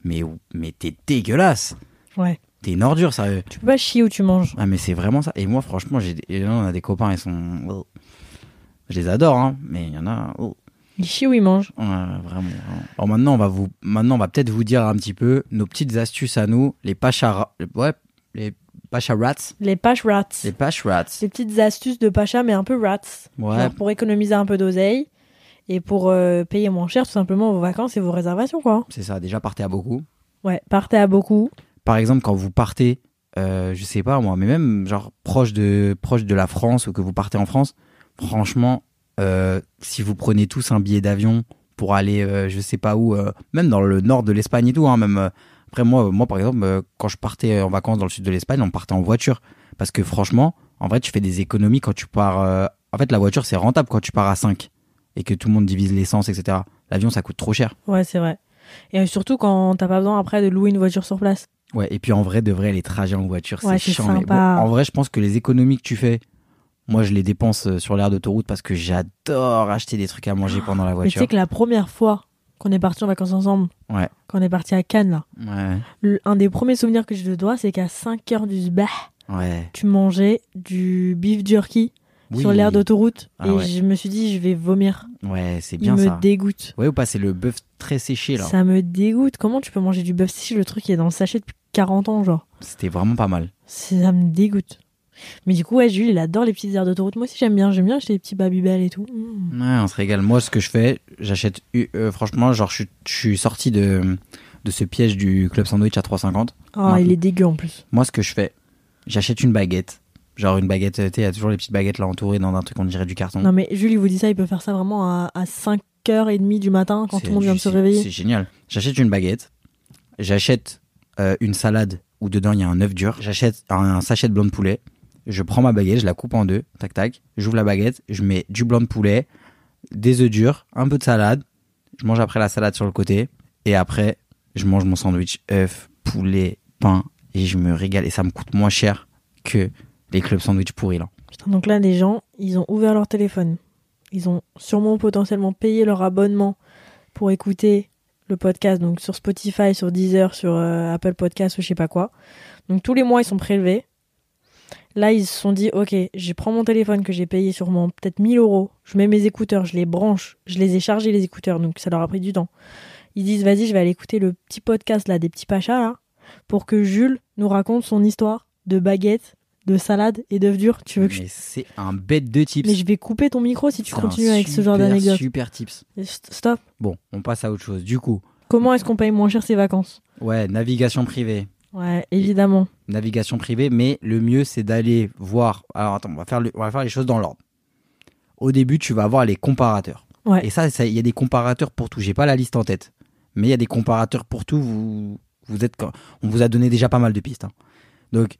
Speaker 2: mais mais t'es dégueulasse
Speaker 1: Ouais.
Speaker 2: t'es une ordure sérieux
Speaker 1: Tu peux pas chier où tu manges.
Speaker 2: ah mais c'est vraiment ça. Et moi franchement, j'ai des- et là, on a des copains, ils sont oh. je les adore hein, mais il y en a oh.
Speaker 1: Ils chient où ils mangent.
Speaker 2: Ouais, vraiment, vraiment. Alors maintenant, on va vous maintenant on va peut-être vous dire un petit peu nos petites astuces à nous, les pachara ouais, les pacharats,
Speaker 1: Les pash rats.
Speaker 2: les pacharats.
Speaker 1: Ces petites astuces de Pacha, mais un peu rats.
Speaker 2: Ouais.
Speaker 1: Genre pour économiser un peu d'oseille et pour euh, payer moins cher tout simplement vos vacances et vos réservations, quoi.
Speaker 2: C'est ça, déjà partez à beaucoup.
Speaker 1: Ouais, partez à beaucoup.
Speaker 2: Par exemple, quand vous partez euh, je sais pas moi, mais même genre proche de proche de la France ou que vous partez en France, franchement euh, si vous prenez tous un billet d'avion pour aller euh, je sais pas où euh, même dans le nord de l'Espagne et tout hein, même euh, après moi moi par exemple euh, quand je partais en vacances dans le sud de l'Espagne on partait en voiture parce que franchement en vrai tu fais des économies quand tu pars euh, en fait la voiture c'est rentable quand tu pars à 5 et que tout le monde divise l'essence etc l'avion ça coûte trop cher
Speaker 1: Ouais, c'est vrai. Et euh, surtout quand t'as pas besoin après de louer une voiture sur place.
Speaker 2: ouais et puis en vrai de vrai les trajets en voiture
Speaker 1: Ouais,
Speaker 2: c'est
Speaker 1: c'est
Speaker 2: chiant mais bon,
Speaker 1: sympa.
Speaker 2: en vrai je pense que les économies que tu fais moi je les dépense euh, sur l'air d'autoroute parce que j'adore acheter des trucs à manger pendant la
Speaker 1: Mais tu
Speaker 2: voiture
Speaker 1: sais que la première fois qu'on est parti en vacances ensemble,
Speaker 2: Ouais.
Speaker 1: quand on est parti à Cannes, là,
Speaker 2: ouais
Speaker 1: le- un des premiers souvenirs que je te dois, c'est qu'à 5 heures du sbah,
Speaker 2: ouais
Speaker 1: tu mangeais du beef jerky
Speaker 2: Oui.
Speaker 1: sur l'air d'autoroute.
Speaker 2: Ah
Speaker 1: et
Speaker 2: ouais.
Speaker 1: je me suis dit, je vais vomir.
Speaker 2: Ouais, c'est
Speaker 1: Il
Speaker 2: bien
Speaker 1: me
Speaker 2: ça.
Speaker 1: dégoûte.
Speaker 2: Ouais, ou pas, c'est le bœuf très séché là.
Speaker 1: Ça me dégoûte. Comment tu peux manger du bœuf séché, le truc qui est dans le sachet depuis 40 ans, genre
Speaker 2: C'était vraiment pas mal.
Speaker 1: C'est- Ça me dégoûte. Mais du coup, ouais, Jules, il adore les petites aires d'autoroute. Moi aussi, j'aime bien. J'aime bien acheter les petits Babybel et tout. Mm.
Speaker 2: Ouais, on se régale. Moi, ce que je fais, j'achète. eu- euh, franchement, genre, je suis- je suis sorti de, de ce piège du club sandwich à 3,50.
Speaker 1: Ah, il est dégueu en plus.
Speaker 2: Moi, ce que je fais, j'achète une baguette. Genre, une baguette, euh, tu sais, il y a toujours les petites baguettes là entourées dans un truc, on dirait du carton.
Speaker 1: Non, mais Jules, il vous dit ça, il peut faire ça vraiment à, à 5h30 du matin quand
Speaker 2: C'est
Speaker 1: tout le monde vient de
Speaker 2: du-
Speaker 1: se
Speaker 2: c'est- C'est
Speaker 1: réveiller.
Speaker 2: génial. J'achète une baguette, j'achète euh, une salade où dedans il y a un œuf dur, j'achète un, un sachet de blanc de poulet, je prends ma baguette, je la coupe en deux, tac tac, j'ouvre la baguette, je mets du blanc de poulet, des œufs durs, un peu de salade, je mange après la salade sur le côté, et après je mange mon sandwich œuf, poulet, pain, et je me régale, et ça me coûte moins cher que les clubs sandwich pourris là.
Speaker 1: Putain, donc là, les gens, ils ont ouvert leur téléphone. Ils ont sûrement potentiellement payé leur abonnement pour écouter le podcast, donc sur Spotify, sur Deezer, sur euh, Apple Podcast ou je sais pas quoi. Donc tous les mois, ils sont prélevés. Là, ils se sont dit, ok, je prends mon téléphone que j'ai payé sûrement peut-être 1000 euros, je mets mes écouteurs, je les branche, je les ai chargés les écouteurs, donc ça leur a pris du temps. Ils disent vas-y, je vais aller écouter le petit podcast là des petits pachas là pour que Jules nous raconte son histoire de baguette, de salade et d'œufs durs. Tu veux que je...
Speaker 2: Mais c'est un bête de tips.
Speaker 1: Mais je vais couper ton micro si tu
Speaker 2: C'est un
Speaker 1: continues avec ce genre
Speaker 2: super,
Speaker 1: d'anecdote.
Speaker 2: Super tips.
Speaker 1: St- Stop.
Speaker 2: Bon, on passe à autre chose. Du coup,
Speaker 1: Comment est-ce qu'on paye moins cher ses vacances
Speaker 2: ouais, navigation privée.
Speaker 1: Ouais, évidemment.
Speaker 2: navigation privée, mais le mieux c'est d'aller voir. Alors attends, on va faire, le- on va faire les choses dans l'ordre. Au début, tu vas voir les comparateurs.
Speaker 1: Ouais.
Speaker 2: Et ça, ça- il y a des comparateurs pour tout. J'ai pas la liste en tête, mais il y a des comparateurs pour tout. Vous, vous êtes, on vous a donné déjà pas mal de pistes. hein. Donc,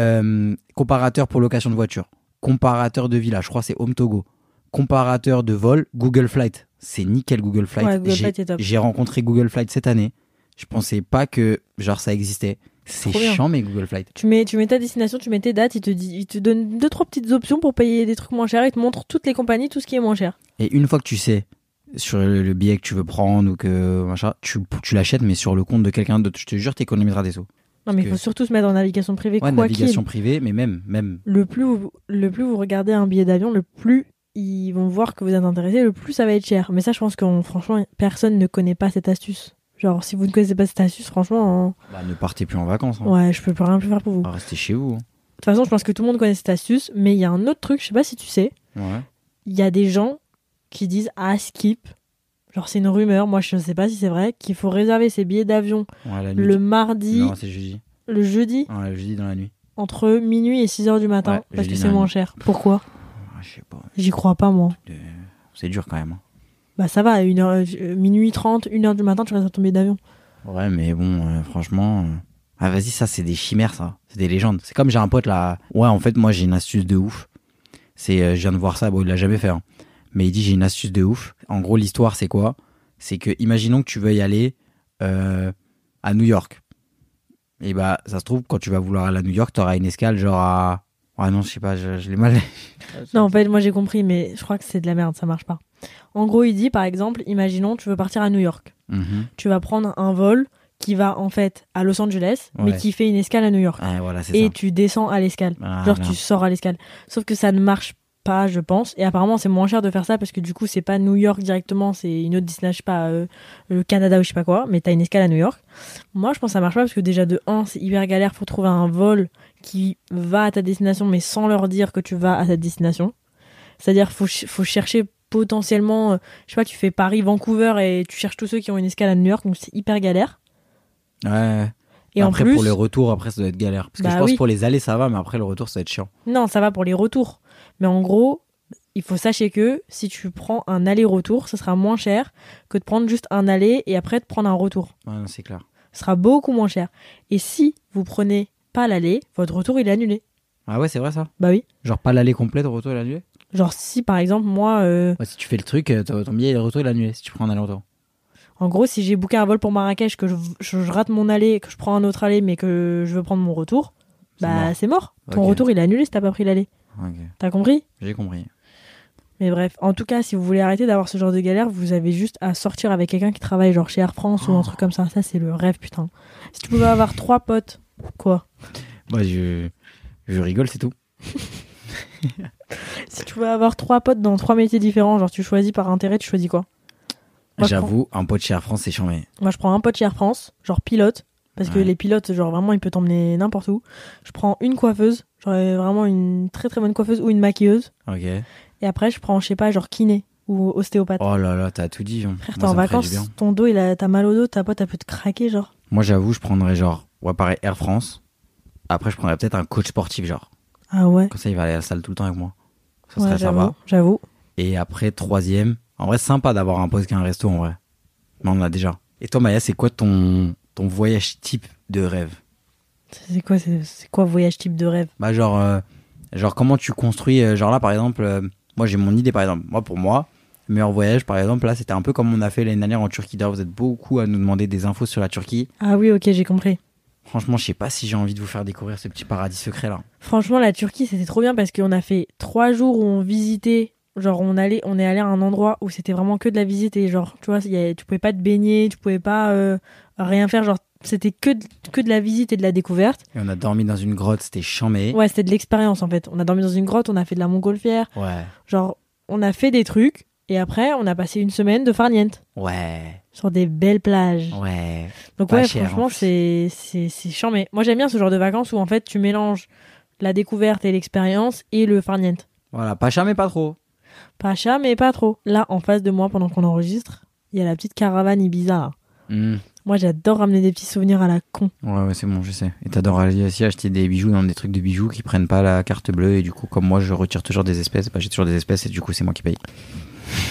Speaker 2: euh, comparateur pour location de voiture, comparateur de village, je crois que c'est Home Togo, comparateur de vol, Google Flight. C'est nickel Google Flight.
Speaker 1: Ouais, Google
Speaker 2: J'ai-
Speaker 1: Flight est top.
Speaker 2: J'ai rencontré Google Flight cette année. Je pensais pas que genre ça existait. C'est
Speaker 1: Trop bien.
Speaker 2: chiant mais Google Flight.
Speaker 1: Tu mets, tu mets ta destination, tu mets tes dates, il te, dit, il te donne deux, trois petites options pour payer des trucs moins chers. Il te montre toutes les compagnies, tout ce qui est moins cher.
Speaker 2: Et une fois que tu sais sur le, le billet que tu veux prendre ou que machin, tu, tu l'achètes mais sur le compte de quelqu'un d'autre. Je te jure, t'économiseras des sous.
Speaker 1: Non, mais
Speaker 2: Parce
Speaker 1: il
Speaker 2: que-
Speaker 1: faut surtout se mettre en navigation privée,
Speaker 2: Ouais,
Speaker 1: quoi qu'il.
Speaker 2: navigation privée, mais même, même.
Speaker 1: Le plus, vous, le plus vous regardez un billet d'avion, le plus ils vont voir que vous êtes intéressé, le plus ça va être cher. Mais ça, je pense que franchement, personne ne connaît pas cette astuce. Genre, si vous ne connaissez pas cette astuce, franchement,
Speaker 2: Bah, ne partez plus en vacances.
Speaker 1: hein,
Speaker 2: hein.
Speaker 1: ouais, je peux plus rien plus faire pour vous. De
Speaker 2: Bah, Restez chez vous.
Speaker 1: toute façon, je pense que tout le monde connaît cette astuce, mais il y a un autre truc, je sais pas si tu sais.
Speaker 2: hein. Ouais.
Speaker 1: il y a des gens qui disent ah skip genre c'est une rumeur moi je sais pas si c'est vrai qu'il faut réserver ses billets d'avion
Speaker 2: Ouais, la nuit.
Speaker 1: le mardi
Speaker 2: Non, c'est jeudi.
Speaker 1: le jeudi
Speaker 2: Ouais, le jeudi dans la nuit.
Speaker 1: entre minuit et 6h du matin
Speaker 2: Ouais,
Speaker 1: parce
Speaker 2: jeudi
Speaker 1: que c'est
Speaker 2: dernier.
Speaker 1: moins cher pourquoi
Speaker 2: Ah, je sais pas.
Speaker 1: j'y crois pas moi
Speaker 2: C'est dur quand même. hein.
Speaker 1: bah ça va à une heure- euh, minuit 30 1h du matin tu réserves ton billet d'avion
Speaker 2: Ouais, mais bon, euh, franchement. euh, Ah, vas-y, ça, c'est des chimères, ça. C'est des légendes. C'est comme j'ai un pote là. Ouais, en fait, moi, j'ai une astuce de ouf. C'est, euh, je viens de voir ça, bon, il l'a jamais fait. hein. Mais il dit, j'ai une astuce de ouf. En gros, l'histoire, c'est quoi C'est que, imaginons que tu veux y aller euh, à New York. Et bah, ça se trouve, quand tu vas vouloir aller à New York, t'auras une escale genre à. Ah non, je sais pas, je, je l'ai mal.
Speaker 1: non en fait moi j'ai compris mais je crois que c'est de la merde ça marche pas en gros il dit par exemple imaginons tu veux partir à New York
Speaker 2: Mhm.
Speaker 1: tu vas prendre un vol qui va en fait à Los Angeles
Speaker 2: Ouais.
Speaker 1: mais qui fait une escale à New York
Speaker 2: Ouais, Ah, voilà, c'est
Speaker 1: et
Speaker 2: ça.
Speaker 1: tu descends à l'escale Genre
Speaker 2: Voilà.
Speaker 1: tu sors à l'escale. Sauf que ça ne marche pas, je pense. Et apparemment, c'est moins cher de faire ça parce que du coup, c'est pas New York directement, c'est une autre destination, je sais pas, euh, le Canada ou je sais pas quoi, mais t'as une escale à New York. Moi, je pense que ça marche pas parce que déjà de 1, c'est hyper galère pour trouver un vol qui va à ta destination mais sans leur dire que tu vas à cette destination. C'est-à-dire faut ch- faut chercher potentiellement euh, je sais pas, tu fais Paris, Vancouver et tu cherches tous ceux qui ont une escale à New York, donc c'est hyper galère.
Speaker 2: Ouais, ouais.
Speaker 1: Et
Speaker 2: après,
Speaker 1: en plus
Speaker 2: pour les retours, après, ça doit être galère. Parce que
Speaker 1: Bah
Speaker 2: je pense
Speaker 1: oui.
Speaker 2: pour les allées, ça va, mais après, le retour, ça va être chiant.
Speaker 1: Non, ça va pour les retours. Mais en gros, il faut sachez que si tu prends un aller-retour, ce sera moins cher que de prendre juste un aller et après de prendre un retour.
Speaker 2: Ouais, non, c'est clair.
Speaker 1: Ce sera beaucoup moins cher. Et si vous prenez pas l'aller, votre retour il est annulé.
Speaker 2: Ah ouais, c'est vrai ça
Speaker 1: Bah oui.
Speaker 2: Genre pas l'aller complète, retour et l'annulé
Speaker 1: Genre si par exemple moi, euh,
Speaker 2: ouais, Si tu fais le truc, euh, ton ton billet, le retour et l'annulé, si tu prends un aller-retour.
Speaker 1: en gros, si j'ai booké un vol pour Marrakech, que je, je- je rate mon aller, que je prends un autre aller, mais que je veux prendre mon retour,
Speaker 2: C'est
Speaker 1: bah c'est mort. Ton
Speaker 2: Ok.
Speaker 1: retour il est annulé si t'as pas pris l'aller.
Speaker 2: mort. Ok,
Speaker 1: T'as compris
Speaker 2: j'ai compris.
Speaker 1: Mais bref, en tout cas, si vous voulez arrêter d'avoir ce genre de galère, vous avez juste à sortir avec quelqu'un qui travaille genre chez Air France ou un truc comme ça. Ça, c'est le rêve, putain. Si tu pouvais avoir trois potes, quoi
Speaker 2: Bah, je, je rigole, c'est tout.
Speaker 1: Si tu pouvais avoir trois potes dans trois métiers différents, genre tu choisis par intérêt, tu choisis quoi Moi, je
Speaker 2: J'avoue, un pote chez Air France, c'est chiant, mais.
Speaker 1: Moi, je prends un pote chez Air France, genre pilote, parce que
Speaker 2: Ouais.
Speaker 1: les pilotes, genre vraiment, il peut t'emmener n'importe où. Je prends une coiffeuse, genre euh, vraiment une très très bonne coiffeuse ou une maquilleuse.
Speaker 2: Ok.
Speaker 1: Et après, je prends, je sais pas, genre kiné ou ostéopathe.
Speaker 2: Oh là là, t'as tout dit. Jean.
Speaker 1: Frère, t'es
Speaker 2: Moi,
Speaker 1: en
Speaker 2: ça me ferait du
Speaker 1: vacances,
Speaker 2: bien.
Speaker 1: ton dos, il a, t'as mal au dos, ta pote, elle peut te craquer, genre.
Speaker 2: Moi, j'avoue, je prendrais genre, ouais, pareil, Air France. Après, je prendrais peut-être un coach sportif, genre.
Speaker 1: Ah ouais.
Speaker 2: Comme ça, il va aller à la salle tout le temps avec moi. Ça
Speaker 1: Ouais,
Speaker 2: serait sympa.
Speaker 1: j'avoue, J'avoue.
Speaker 2: Et après, troisième. En vrai, c'est sympa d'avoir un poste qui a un resto, en vrai. Mais on en a déjà. Et toi, Maya, c'est quoi ton, ton voyage type de rêve
Speaker 1: C'est quoi, c'est c'est quoi voyage type de rêve
Speaker 2: Bah, genre, euh, genre, comment tu construis. euh, genre là, par exemple, euh, moi, j'ai mon idée, par exemple. Moi, pour moi, le meilleur voyage, par exemple, là, c'était un peu comme on a fait l'année dernière en Turquie. D'ailleurs, vous êtes beaucoup à nous demander des infos sur la Turquie.
Speaker 1: Ah oui, ok, j'ai compris.
Speaker 2: Franchement, je sais pas si j'ai envie de vous faire découvrir ce petit paradis secret là.
Speaker 1: Franchement, la Turquie, c'était trop bien parce qu'on a fait trois jours où on visitait. Genre, on, allait, on est allé à un endroit où c'était vraiment que de la visite et genre, tu vois, il y a- tu pouvais pas te baigner, tu pouvais pas euh, rien faire. Genre, c'était que de, que de la visite et de la découverte.
Speaker 2: Et on a dormi dans une grotte, c'était chambé.
Speaker 1: Ouais, c'était de l'expérience en fait. On a dormi dans une grotte, on a fait de la montgolfière.
Speaker 2: Ouais.
Speaker 1: Genre, on a fait des trucs et après, on a passé une semaine de farniente.
Speaker 2: Ouais.
Speaker 1: sur des belles plages.
Speaker 2: Ouais.
Speaker 1: Donc
Speaker 2: Pas
Speaker 1: ouais,
Speaker 2: cher, en
Speaker 1: franchement, c'est c'est c'est chiant. Mais moi, j'aime bien ce genre de vacances où en fait, tu mélanges la découverte et l'expérience et le farniente.
Speaker 2: Voilà, pas cher mais pas trop.
Speaker 1: Pas cher, mais pas trop. Là, en face de moi, pendant qu'on enregistre, il y a la petite caravane Ibiza. là.
Speaker 2: Hmm.
Speaker 1: Moi, j'adore ramener des petits souvenirs à la con.
Speaker 2: Ouais, ouais, c'est bon, je sais. Et t'adores aller aussi acheter des bijoux dans des trucs de bijoux qui prennent pas la carte bleue. Et du coup, comme moi, je retire toujours des espèces. Bah, j'ai toujours des espèces et du coup, c'est moi qui paye.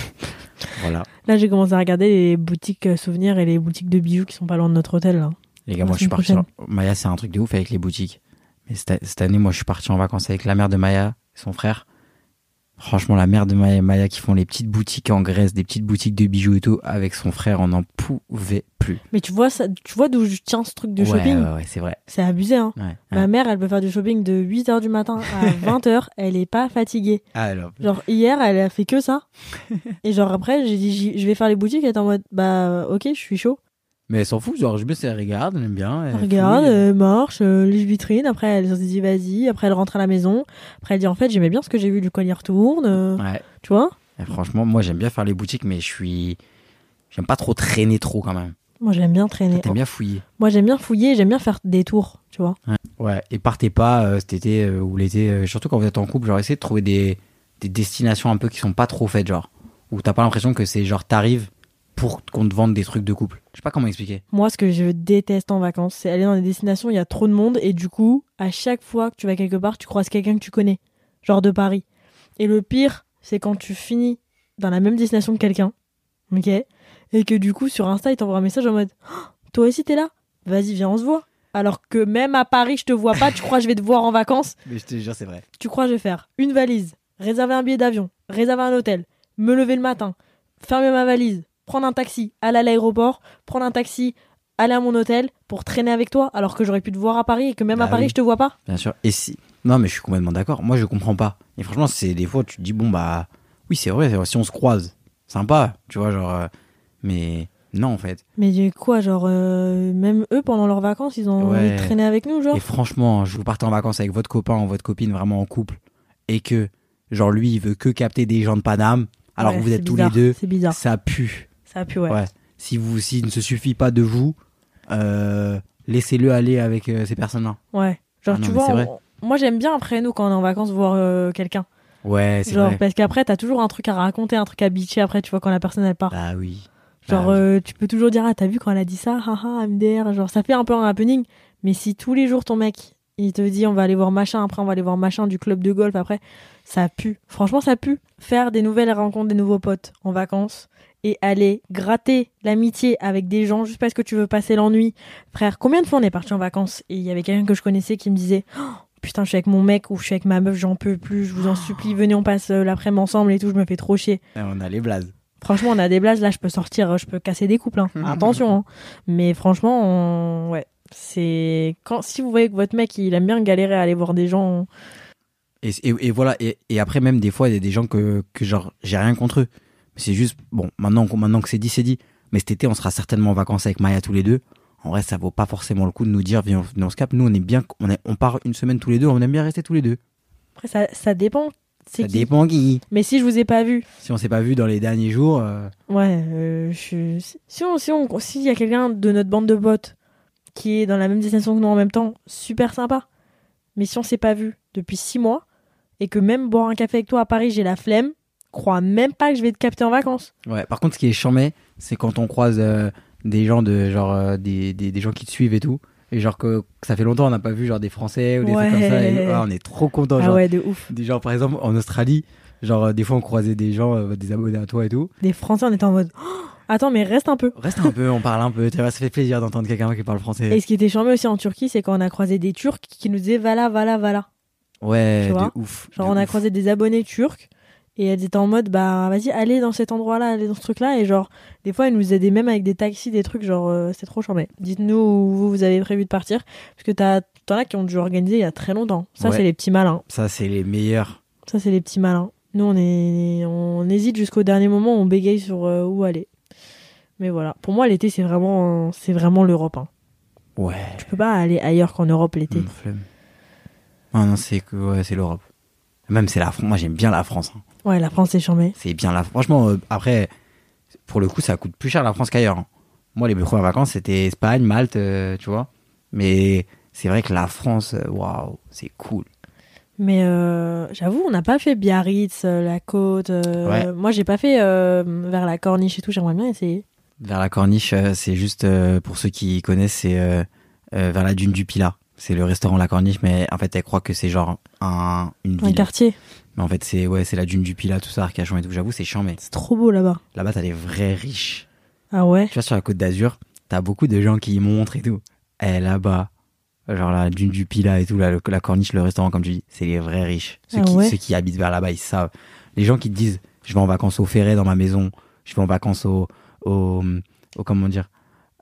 Speaker 2: voilà.
Speaker 1: Là, j'ai commencé à regarder les boutiques euh, souvenirs et les boutiques de bijoux qui sont pas loin de notre hôtel. Là.
Speaker 2: Les gars,
Speaker 1: La
Speaker 2: moi, je suis
Speaker 1: semaine
Speaker 2: parti. en- Maya, c'est un truc de ouf avec les boutiques. Mais cette, cette année, moi, je suis parti en vacances avec la mère de Maya et son frère. Franchement, la mère de Maya et Maya qui font les petites boutiques en Grèce, des petites boutiques de bijoux et tout, avec son frère, on n'en pouvait plus.
Speaker 1: Mais tu vois, ça, tu vois d'où je tiens ce truc de
Speaker 2: ouais,
Speaker 1: shopping
Speaker 2: ouais, ouais, c'est vrai.
Speaker 1: C'est abusé, hein.
Speaker 2: Ouais.
Speaker 1: Ma mère, elle peut faire du shopping de 8h du matin à 20h, elle est pas fatiguée.
Speaker 2: Alors,
Speaker 1: Genre hier, elle a fait que ça. Et genre après, j'ai dit j'y- je vais faire les boutiques. Elle était en mode bah ok, je suis chaud.
Speaker 2: mais elle s'en fout, genre, je me sais, elle regarde, elle aime bien. elle
Speaker 1: Regarde,
Speaker 2: fouille.
Speaker 1: elle marche, euh, les vitrines. Après, elle se dit vas-y. Après, elle rentre à la maison. Après, elle dit en fait, j'aimais bien ce que j'ai vu du collier retourne. euh,
Speaker 2: Ouais.
Speaker 1: Tu vois
Speaker 2: Et franchement, moi j'aime bien faire les boutiques, mais je suis. J'aime pas trop traîner trop quand même.
Speaker 1: Moi, j'aime bien traîner.
Speaker 2: T'aimes bien fouiller.
Speaker 1: Moi, j'aime bien fouiller. J'aime bien faire des tours. Tu vois
Speaker 2: Ouais, et partez pas euh, cet été euh, ou l'été, euh, surtout quand vous êtes en couple, genre essayez de trouver des, des destinations un peu qui sont pas trop faites, genre. Où t'as pas l'impression que c'est genre t'arrives pour qu'on te vende des trucs de couple. Je sais pas comment expliquer.
Speaker 1: Moi, ce que je déteste en vacances, c'est aller dans des destinations où il y a trop de monde et du coup, à chaque fois que tu vas quelque part, tu croises quelqu'un que tu connais, genre de Paris. Et le pire, c'est quand tu finis dans la même destination que quelqu'un, ok Et que du coup, sur Insta, il t'envoie un message en mode Oh, Toi aussi, t'es là Vas-y, viens, on se voit. Alors que même à Paris, je te vois pas, tu crois que je vais te voir en vacances
Speaker 2: Mais je te jure, c'est vrai.
Speaker 1: Tu crois que je vais faire une valise, réserver un billet d'avion, réserver un hôtel, me lever le matin, fermer ma valise, prendre un taxi, aller à l'aéroport, prendre un taxi, aller à mon hôtel pour traîner avec toi alors que j'aurais pu te voir à Paris et que même
Speaker 2: Bah
Speaker 1: à Paris
Speaker 2: oui.
Speaker 1: je te vois pas
Speaker 2: Bien sûr. Et si. Non, mais je suis complètement d'accord. Moi je comprends pas. Et franchement, c'est des fois tu te dis, bon bah. Oui, c'est vrai, c'est vrai, si on se croise, sympa, tu vois, genre. euh, mais non, en fait.
Speaker 1: Mais du quoi, genre, euh, même eux pendant leurs vacances, ils ont
Speaker 2: Ouais.
Speaker 1: envie de traîner avec nous, genre
Speaker 2: Et franchement, je vous partez en vacances avec votre copain ou votre copine vraiment en couple et que genre lui il veut que capter des gens de Paname alors
Speaker 1: Ouais,
Speaker 2: que vous
Speaker 1: c'est
Speaker 2: êtes tous les
Speaker 1: bizarre,
Speaker 2: deux,
Speaker 1: C'est bizarre,
Speaker 2: ça pue.
Speaker 1: ça a pu, ouais.
Speaker 2: Ouais. Si vous s'il ne se suffit pas de vous, euh, laissez-le aller avec euh, ces personnes-là.
Speaker 1: Ouais. Genre,
Speaker 2: Ah non,
Speaker 1: tu
Speaker 2: mais
Speaker 1: vois,
Speaker 2: c'est vrai.
Speaker 1: on- moi j'aime bien après nous quand on est en vacances voir euh, quelqu'un.
Speaker 2: Ouais, c'est
Speaker 1: Genre,
Speaker 2: vrai.
Speaker 1: parce qu'après t'as toujours un truc à raconter, un truc à bitcher après, tu vois, quand la personne elle part.
Speaker 2: Bah oui.
Speaker 1: Genre,
Speaker 2: Bah oui.
Speaker 1: euh, tu peux toujours dire, ah, t'as vu quand elle a dit ça, haha, MDR, genre, ça fait un peu un happening. Mais si tous les jours ton mec, il te dit, on va aller voir machin, après, on va aller voir machin du club de golf, après, ça pue. Franchement, ça pue. Faire des nouvelles rencontres, des nouveaux potes en vacances et aller gratter l'amitié avec des gens juste parce que tu veux passer l'ennui. Frère, combien de fois on est parti en vacances et il y avait quelqu'un que je connaissais qui me disait, Oh, putain, je suis avec mon mec ou je suis avec ma meuf, j'en peux plus, je vous en supplie, venez, on passe euh, l'après-midi ensemble et tout, je me fais trop chier.
Speaker 2: Et Eh, on a les blazes.
Speaker 1: Franchement, on a des blagues, là, je peux sortir, je peux casser des couples. hein. Attention. hein. Mais franchement, on- ouais. C'est quand si vous voyez que votre mec il aime bien galérer à aller voir des gens,
Speaker 2: Et, et- et voilà, et, et après même des fois, il y a des gens que, que genre, j'ai rien contre eux. Mais c'est juste, bon, maintenant, qu'on- maintenant que c'est dit, c'est dit. Mais cet été, on sera certainement en vacances avec Maya tous les deux. En vrai, ça vaut pas forcément le coup de nous dire, viens, on- on se capte. Nous, on est bien, on, est- on part une semaine tous les deux, on aime bien rester tous les deux.
Speaker 1: après ça, ça dépend. C'est
Speaker 2: Ça
Speaker 1: qui.
Speaker 2: dépend qui.
Speaker 1: Mais si je vous ai pas vu,
Speaker 2: Si on s'est pas vu dans les derniers jours, euh,
Speaker 1: ouais, euh, je suis- si on si on s'il y a quelqu'un de notre bande de potes qui est dans la même destination que nous en même temps, super sympa. Mais si on s'est pas vu depuis six mois et que même boire un café avec toi à Paris, j'ai la flemme, crois même pas que je vais te capter en vacances.
Speaker 2: ouais. Par contre, ce qui est chambé, c'est quand on croise euh, des gens de, genre, euh, des, des, des gens qui te suivent et tout. Et genre que, que ça fait longtemps, on n'a pas vu genre des Français ou des trucs comme ça. Et,
Speaker 1: Ouais.
Speaker 2: ah, on est trop content.
Speaker 1: ah
Speaker 2: genre,
Speaker 1: ouais, de ouf.
Speaker 2: Des gens, par exemple, en Australie, genre, euh, des fois, on croisait des gens, euh, des abonnés à toi et tout.
Speaker 1: des Français, on était en mode Oh, Attends, mais reste un peu.
Speaker 2: Reste un peu, on parle un peu, tu vois, ça fait plaisir d'entendre quelqu'un qui parle français.
Speaker 1: Et ce qui était charmant aussi en Turquie, c'est quand on a croisé des Turcs qui nous disaient Vala, vala, vala.
Speaker 2: Ouais,
Speaker 1: tu vois,
Speaker 2: de ouf.
Speaker 1: Genre,
Speaker 2: de
Speaker 1: on a
Speaker 2: ouf.
Speaker 1: croisé des abonnés turcs et elles étaient en mode Bah, vas-y, allez dans cet endroit-là, allez dans ce truc-là. Et genre, des fois, elles nous aidaient même avec des taxis, des trucs, genre, euh, c'est trop charmant. Dites-nous où vous, vous avez prévu de partir. Parce que t'as- t'en as qui ont dû organiser il y a très longtemps. Ça,
Speaker 2: Ouais.
Speaker 1: c'est les petits malins.
Speaker 2: Ça, c'est les meilleurs.
Speaker 1: Ça, c'est les petits malins. Nous, on, est... on hésite jusqu'au dernier moment, on bégaye sur euh, où aller. Mais voilà, pour moi, l'été, c'est vraiment, c'est vraiment l'Europe. hein.
Speaker 2: Ouais.
Speaker 1: Tu peux pas aller ailleurs qu'en Europe l'été.
Speaker 2: Hum, flemme. Ah non, c'est que, ouais, c'est l'Europe. Même c'est la France. Moi, j'aime bien la France. hein.
Speaker 1: Ouais, la France, c'est charmé.
Speaker 2: C'est bien la Franchement, euh, après, pour le coup, ça coûte plus cher la France qu'ailleurs. hein. Moi, les premières vacances, c'était Espagne, Malte, euh, tu vois. Mais c'est vrai que la France, euh, waouh, c'est cool.
Speaker 1: Mais euh, j'avoue, on n'a pas fait Biarritz, euh, la côte. euh,
Speaker 2: Ouais.
Speaker 1: Moi, j'ai pas fait euh, vers la corniche et tout. J'aimerais bien essayer.
Speaker 2: Vers la corniche, euh, c'est juste, euh, pour ceux qui connaissent, c'est euh, euh, vers la dune du Pilat. C'est le restaurant La Corniche, mais en fait, elle croit que c'est genre un, une
Speaker 1: Un
Speaker 2: ville.
Speaker 1: quartier.
Speaker 2: Mais en fait, c'est ouais, c'est la dune du Pilat, tout ça, Arcachon et tout. J'avoue, c'est chiant, mais
Speaker 1: C'est trop beau là-bas.
Speaker 2: là-bas, t'as des vrais riches.
Speaker 1: Ah ouais.
Speaker 2: Tu vois, sur la côte d'Azur, t'as beaucoup de gens qui y montrent et tout. Eh, là-bas, genre la dune du Pilat et tout, là, le- la corniche, le restaurant, comme tu dis, c'est les vrais riches. Ceux,
Speaker 1: Ah
Speaker 2: qui,
Speaker 1: ouais
Speaker 2: ceux qui habitent vers là-bas, ils savent. Les gens qui te disent, je vais en vacances au Ferret dans ma maison, je vais en vacances au, au, au- comment dire,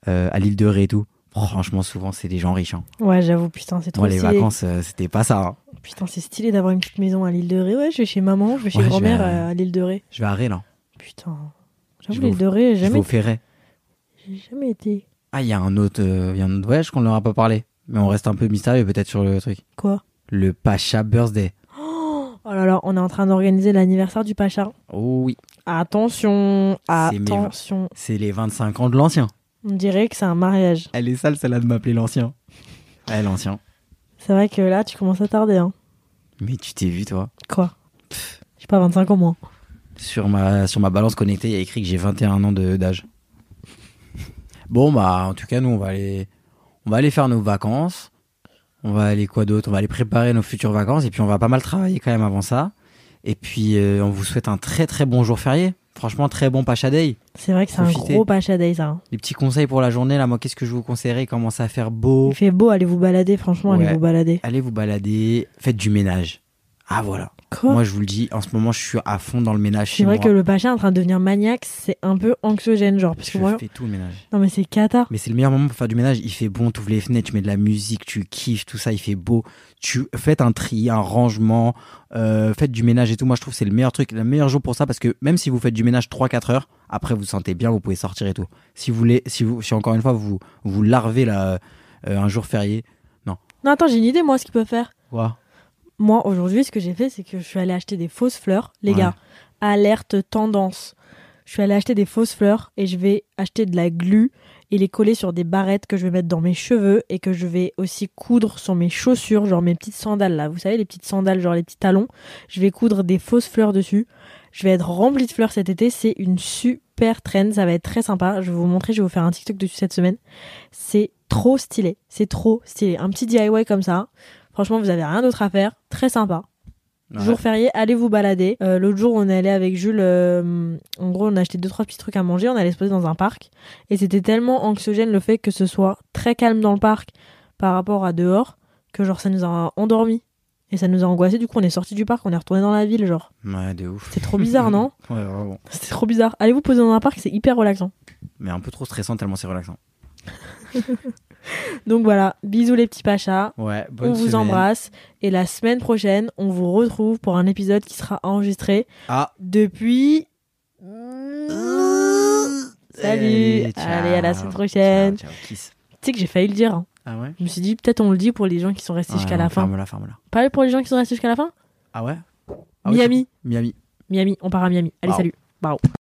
Speaker 2: euh, à l'île de Ré et tout. Franchement, souvent, c'est des gens riches. hein.
Speaker 1: Ouais, j'avoue, putain, c'est trop
Speaker 2: Moi, les
Speaker 1: stylé.
Speaker 2: vacances, euh, c'était pas ça. hein.
Speaker 1: Putain, c'est stylé d'avoir une petite maison à l'île de Ré. Ouais, je vais chez maman, je vais chez
Speaker 2: Ouais, je vais
Speaker 1: grand-mère
Speaker 2: à-
Speaker 1: euh, à l'île de Ré.
Speaker 2: Je vais à Ré, là.
Speaker 1: Putain.
Speaker 2: Je
Speaker 1: J'avoue,
Speaker 2: vais au-
Speaker 1: l'île de Ré, j'ai
Speaker 2: Je vais
Speaker 1: jamais,
Speaker 2: au Ferret.
Speaker 1: j'ai jamais été.
Speaker 2: Ah, il y a un autre, euh, il y a un autre voyage qu'on leur a pas parlé. Mais on reste un peu mystérieux, peut-être, sur le truc.
Speaker 1: Quoi
Speaker 2: Le Pacha Birthday.
Speaker 1: Oh là là, on est en train d'organiser l'anniversaire du Pacha.
Speaker 2: Oh oui.
Speaker 1: Attention,
Speaker 2: C'est mes-
Speaker 1: attention.
Speaker 2: C'est les 25 ans de l'ancien.
Speaker 1: On dirait que c'est un mariage.
Speaker 2: Elle est sale, celle-là, de m'appeler l'ancien. Ouais, l'ancien.
Speaker 1: C'est vrai que là, tu commences à tarder. Hein.
Speaker 2: Mais tu t'es vu, toi.
Speaker 1: Quoi J'ai pas 25 ans, moi.
Speaker 2: Sur ma, sur ma balance connectée, il y a écrit que j'ai 21 ans de- d'âge. Bon, bah, en tout cas, nous, on va aller, on va aller faire nos vacances. On va aller quoi d'autre On va aller préparer nos futures vacances. Et puis, on va pas mal travailler quand même avant ça. Et puis, euh, on vous souhaite un très, très bon jour férié. Franchement, très bon Pacha Day.
Speaker 1: C'est vrai que c'est un
Speaker 2: Profitez.
Speaker 1: gros Pacha Day, ça. hein.
Speaker 2: Les petits conseils pour la journée, là, moi, qu'est-ce que je vous conseillerais Commence à faire beau.
Speaker 1: Il fait beau, allez vous balader, franchement, allez
Speaker 2: Ouais.
Speaker 1: vous balader.
Speaker 2: Allez vous balader, faites du ménage. Ah, voilà.
Speaker 1: Quoi
Speaker 2: Moi, je vous le dis, en ce moment, je suis à fond dans le ménage
Speaker 1: C'est
Speaker 2: chez
Speaker 1: vrai
Speaker 2: moi.
Speaker 1: que le Pacha est en train de devenir maniaque, c'est un peu anxiogène, genre. Parce que
Speaker 2: Je
Speaker 1: moi.
Speaker 2: fais tout le ménage.
Speaker 1: Non, mais c'est cata.
Speaker 2: Mais c'est le meilleur moment pour faire du ménage. Il fait bon, tu ouvres les fenêtres, tu mets de la musique, tu kiffes, tout ça, il fait beau. Tu faites un tri, un rangement, euh, faites du ménage et tout. Moi, je trouve que c'est le meilleur truc, le meilleur jour pour ça parce que même si vous faites du ménage 3-4 heures, après vous vous sentez bien, vous pouvez sortir et tout. Si vous voulez, si vous, si encore une fois vous vous larvez là euh, un jour férié,
Speaker 1: Non, attends, j'ai une idée, moi, ce qu'il peut faire.
Speaker 2: quoi
Speaker 1: Moi, aujourd'hui, ce que j'ai fait, c'est que je suis allée acheter des fausses fleurs. Les
Speaker 2: Ouais.
Speaker 1: gars, alerte tendance. Je suis allée acheter des fausses fleurs et je vais acheter de la glu et les coller sur des barrettes que je vais mettre dans mes cheveux et que je vais aussi coudre sur mes chaussures, genre mes petites sandales là. Vous savez, les petites sandales, genre les petits talons. Je vais coudre des fausses fleurs dessus. Je vais être remplie de fleurs cet été. C'est une super trend. Ça va être très sympa. Je vais vous montrer, je vais vous faire un TikTok dessus cette semaine. C'est trop stylé. C'est trop stylé. Un petit DIY comme ça. Franchement, vous avez rien d'autre à faire. Très sympa.
Speaker 2: Ouais.
Speaker 1: Jour férié, allez vous balader. Euh, L'autre jour, on est allé avec Jules. euh, en gros, on a acheté deux trois petits trucs à manger. On allait se poser dans un parc et c'était tellement anxiogène le fait que ce soit très calme dans le parc par rapport à dehors que genre ça nous a endormis et ça nous a angoissé. Du coup, on est sorti du parc, on est retourné dans la ville. Genre,
Speaker 2: Ouais, de ouf.
Speaker 1: c'est trop bizarre, non
Speaker 2: Ouais, vraiment.
Speaker 1: C'était trop bizarre. Allez vous poser dans un parc, c'est hyper relaxant.
Speaker 2: Mais un peu trop stressant tellement c'est relaxant.
Speaker 1: Donc voilà, bisous les petits pachas.
Speaker 2: Ouais, bonne
Speaker 1: On vous
Speaker 2: semaine.
Speaker 1: embrasse et la semaine prochaine, on vous retrouve pour un épisode qui sera enregistré
Speaker 2: Ah.
Speaker 1: depuis.
Speaker 2: Euh.
Speaker 1: Salut.
Speaker 2: Allez,
Speaker 1: Allez, à la semaine
Speaker 2: ciao.
Speaker 1: prochaine.
Speaker 2: Ciao, ciao, kiss.
Speaker 1: Tu sais que j'ai failli le dire. hein.
Speaker 2: Ah ouais
Speaker 1: Je me suis dit, peut-être on le dit pour les gens qui sont restés jusqu'à la fin.
Speaker 2: Ferme-la, ferme-la.
Speaker 1: Pas pour les gens qui sont restés jusqu'à la fin
Speaker 2: Ah ouais Ah ouais,
Speaker 1: Miami.
Speaker 2: tu- Miami.
Speaker 1: Miami, on part à Miami. Allez,
Speaker 2: Wow.
Speaker 1: salut.